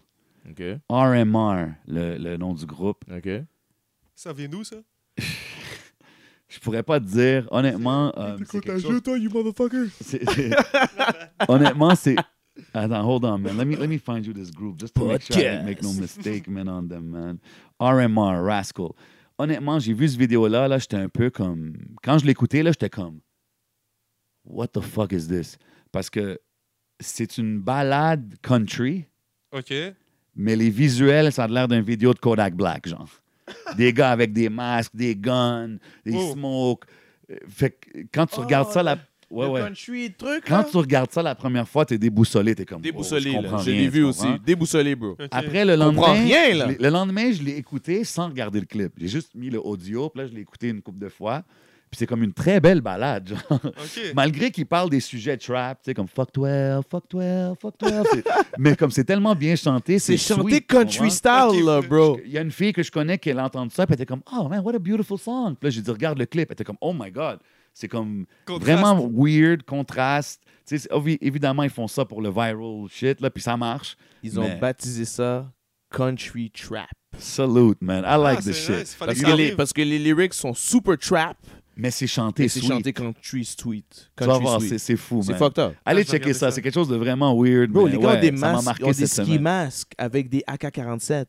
S4: OK,
S3: RMR, le, le nom du groupe.
S4: OK.
S1: Ça vient d'où, ça?
S3: Je pourrais pas te dire, honnêtement. euh, c'est quelque chose-
S4: toi, you motherfucker.
S3: c'est- c'est- honnêtement, c'est. Attends, hold on, man. Let me, let me find you this group just to make sure I didn't make no mistake, man, on them, man. RMR, Rascal. Honnêtement, j'ai vu ce vidéo-là, là, j'étais un peu comme... Quand je l'écoutais, là, j'étais comme... What the fuck is this? Parce que c'est une balade country,
S1: OK.
S3: mais les visuels, ça a l'air d'une vidéo de Kodak Black, genre. Des gars avec des masques, des guns, des
S1: Oh.
S3: smokes. Euh, Fait que quand tu
S4: Oh,
S3: regardes ça, la...
S4: Ouais,
S3: Ouais,
S4: ouais.
S3: ouais.
S4: country truc,
S3: Quand
S4: là.
S3: tu regardes ça la première fois, t'es déboussolé, t'es comme.
S4: Déboussolé,
S3: wow, je
S4: là.
S3: comprends
S4: Je
S3: rien,
S4: l'ai
S3: tu
S4: vu
S3: comprends?
S4: aussi. Déboussolé, bro.
S1: OK.
S3: Après le
S4: comprends
S3: lendemain,
S4: rien, là.
S3: je l'ai- le lendemain, je l'ai écouté sans regarder le clip. J'ai juste mis le audio, puis là je l'ai écouté une couple de fois. Puis c'est comme une très belle balade. genre.
S1: OK.
S3: Malgré qu'il parle des sujets trap, tu sais comme fuck 12, fuck 12, fuck 12. c'est- mais comme c'est tellement bien chanté, c'est
S4: C'est chanté
S3: sweet,
S4: country
S3: tu
S1: Ok,
S4: style, là,
S1: je-
S4: bro.
S3: comprends? Il y a une fille que je connais qui elle a entendu ça, puis elle était comme oh man, what a beautiful song. Puis là j'ai dit regarde le clip, elle était comme oh my god, c'est comme
S1: Contraste.
S3: vraiment weird, contraste. Tu sais, c'est- obvi- évidemment, ils font ça pour le viral shit, là, puis ça marche.
S4: Ils ont
S3: Mais-
S4: baptisé ça country trap.
S3: Salute, man. I like
S1: Ah,
S3: this
S1: c'est
S3: shit.
S1: nice. Fallait
S4: Parce
S1: que
S4: que,
S1: ça
S4: les,
S1: arrive.
S4: parce que les lyrics sont super trap,
S3: Mais c'est chanté,
S4: et c'est
S3: sweet.
S4: chanté country sweet.
S3: Tu vas
S4: Country
S3: voir, c'est
S4: sweet.
S3: c'est fou,
S4: C'est
S3: man.
S4: fucked up.
S3: Allez
S1: Ah, je vais
S3: checker
S1: regarder
S3: ça.
S1: ça.
S3: C'est quelque chose de vraiment weird,
S4: Bro,
S3: mais
S4: les gars
S3: ouais,
S4: ont des
S3: ça m'a
S4: masques,
S3: marqué
S4: ils ont des
S3: cette
S4: ski
S3: semaine.
S4: masques avec des AK-47.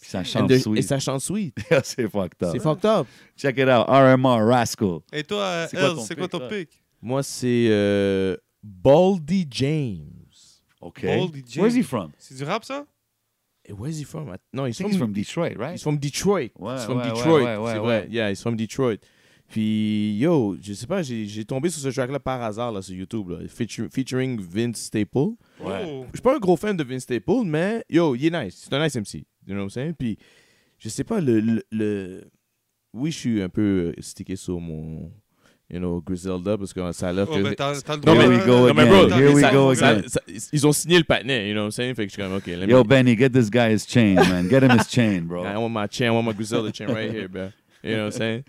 S3: Puis ça
S4: And
S3: chante
S4: de- Et
S3: sweet.
S4: ça chante sweet.
S3: c'est fucked
S4: C'est
S3: up.
S4: fucked up.
S3: Check it out. RMR, Rascal.
S1: Et toi,
S3: C'est quoi
S1: Elle,
S3: ton
S1: c'est quoi
S3: pic,
S1: ton
S3: là?
S1: pic?
S4: Moi, c'est euh, Baldy James.
S3: OK.
S1: Baldy James.
S3: Where's he from?
S1: C'est du rap, ça?
S4: Eh, Where's he from? Att- Non, he's
S3: I think he's
S4: from,
S3: from Detroit, right?
S4: he's from Detroit.
S3: Ouais,
S4: he's from
S3: ouais, ouais,
S4: Detroit.
S3: ouais, ouais,
S4: c'est
S3: ouais.
S4: vrai. Yeah, he's from Detroit. Puis, yo, je sais pas, j'ai j'ai tombé sur ce track-là par hasard là, sur YouTube, là, feature- featuring Vince Staple.
S3: Ouais.
S1: Oh.
S4: Je suis pas un gros fan de Vince Staple, mais yo, il est nice. C'est un nice MC. You know what I'm saying? Puis, je sais pas, le, le, le- Oui, je suis un peu euh, stické sur mon. You know, Griselda, parce que ça a l'air
S1: Oh,
S4: que-
S1: ben, t'as- t'as le
S4: Non,
S1: droit,
S4: mais-
S1: hein,
S3: Non,
S1: t'as-
S3: mais bro,
S1: t'as-
S3: here we
S1: t'as-
S3: go
S1: t'as-
S4: Ça-
S3: again.
S4: ça- ils ont signé le patinet, you know what I'm saying? Fait que je suis comme, OK, let me-
S3: Yo, Benny, get this guy his chain, man. Get him his chain, bro.
S4: I want my chain, I want my Griselda chain right here, bro. You know what I'm saying?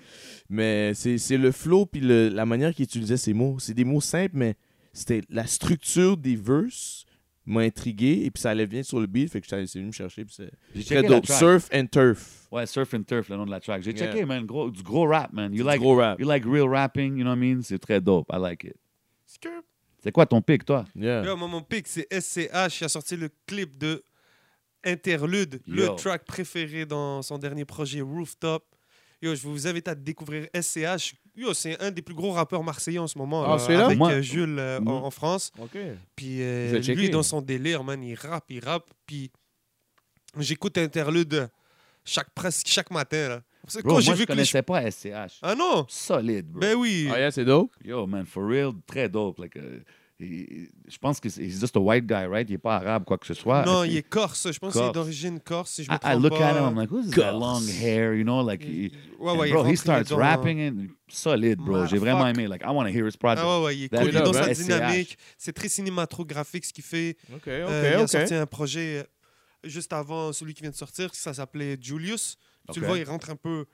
S4: Mais c'est c'est le flow puis le- la manière qu'il utilisait ces mots. C'est des mots simples, mais c'était la structure des verses m'a intrigué et puis ça allait bien sur le beat, fait que ça- c'est venu me chercher. Puis c'est
S3: J'ai checké
S4: très
S3: la
S4: dope.
S3: track.
S4: Surf and Turf.
S3: Ouais, Surf and Turf, le nom de la track. J'ai
S4: Yeah.
S3: checké, man. Gros, du gros rap, man. You
S4: Du
S3: like,
S4: gros rap.
S3: you like real rapping, you know what I mean? C'est très dope. I like it. C'est quoi ton pic, toi?
S4: Yeah.
S1: Yo, moi, mon pic, c'est SCH. Il a sorti le clip de Interlude,
S3: Yo.
S1: le track préféré dans son dernier projet Rooftop. Yo, je vous invite à découvrir SCH. Yo, c'est un des plus gros rappeurs marseillais en ce moment
S4: Ah,
S1: euh,
S4: celui-là?
S1: avec
S3: Moi-
S1: euh, Jules euh, en,
S3: Moi-
S1: en France.
S4: OK.
S1: Puis euh,
S4: Je vais checker.
S1: lui, dans son délire, man, il rappe, il rappe. Puis j'écoute Interlude chaque, presque chaque matin. Là. Parce que
S3: Bro,
S1: quand
S3: moi,
S1: j'ai
S3: je
S1: vu que les...
S3: connaissais pas SCH.
S1: Ah non
S3: Solide, bro.
S1: Ben oui
S4: Ah yeah, c'est dope.
S3: Yo, man, for real, très dope. Like, euh, il- je pense que c'est he's just a white guy, right? Il est pas arabe, quoi que ce soit.
S1: Non,
S3: Et
S1: il
S3: puis-
S1: est corse. Je pense qu'il est
S3: Ah, Corse.
S1: d'origine corse, si je me
S3: I, I
S1: trompe
S3: look
S1: pas.
S3: at him, I'm like, who's that
S4: Gosse.
S3: long hair? You know, like, he-
S1: Ouais,
S3: and
S1: ouais, il
S3: bro, he
S1: rentre
S3: starts
S1: dans-
S3: rapping and solid, bro. J'ai vraiment
S1: Motherfuck.
S3: aimé. Like, I want to hear his project.
S1: Ah ouais, ouais, il est
S3: That
S1: cool, il est
S4: is
S1: dans
S4: dope,
S1: sa
S3: SCH.
S1: dynamique. C'est très cinématographique, ce qu'il fait.
S4: OK, OK,
S1: Euh, il a
S4: OK.
S1: sorti un projet euh, juste avant celui qui vient de sortir, ça s'appelait Julius. Tu le
S3: Ok.
S1: vois, il rentre un peu...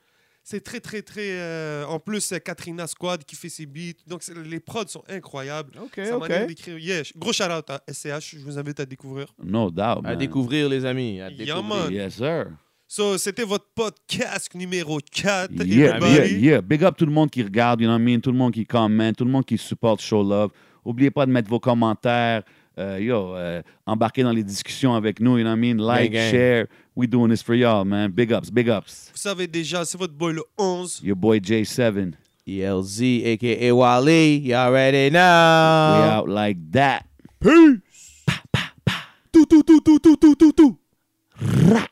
S1: C'est très, très, très... euh, En plus, c'est Katrina Squad qui fait ses beats. Donc, c'est- les prods sont incroyables.
S4: OK,
S1: Sa
S4: OK.
S1: manière d'écrire... Yeah, gros shout-out à SCH, je vous invite à découvrir.
S3: No doubt,
S1: Ah,
S4: À
S3: man.
S4: découvrir, les amis. À
S1: Yeah,
S4: découvrir.
S1: man.
S3: Yes, sir.
S1: So, c'était votre podcast numéro 4,
S3: Yeah,
S1: everybody.
S3: yeah, yeah. Big up tout le monde qui regarde, you know what I mean? Tout le monde qui commente, tout le monde qui supporte Show Love. Oubliez pas de mettre vos commentaires. Euh, yo, euh, embarquez dans les discussions avec nous, you know what I mean? Like,
S4: gang.
S3: share. We doing this for y'all, man. Big ups, big ups.
S1: Vous savez déjà, c'est votre boy le 11.
S3: Your boy J7.
S4: E ELZ, a.k.a. Wally. You already know.
S3: We out like that.
S4: Peace. Pa, pa, pa. Tout, tout, tout, tout, tout, tout, tout, tout. Ra.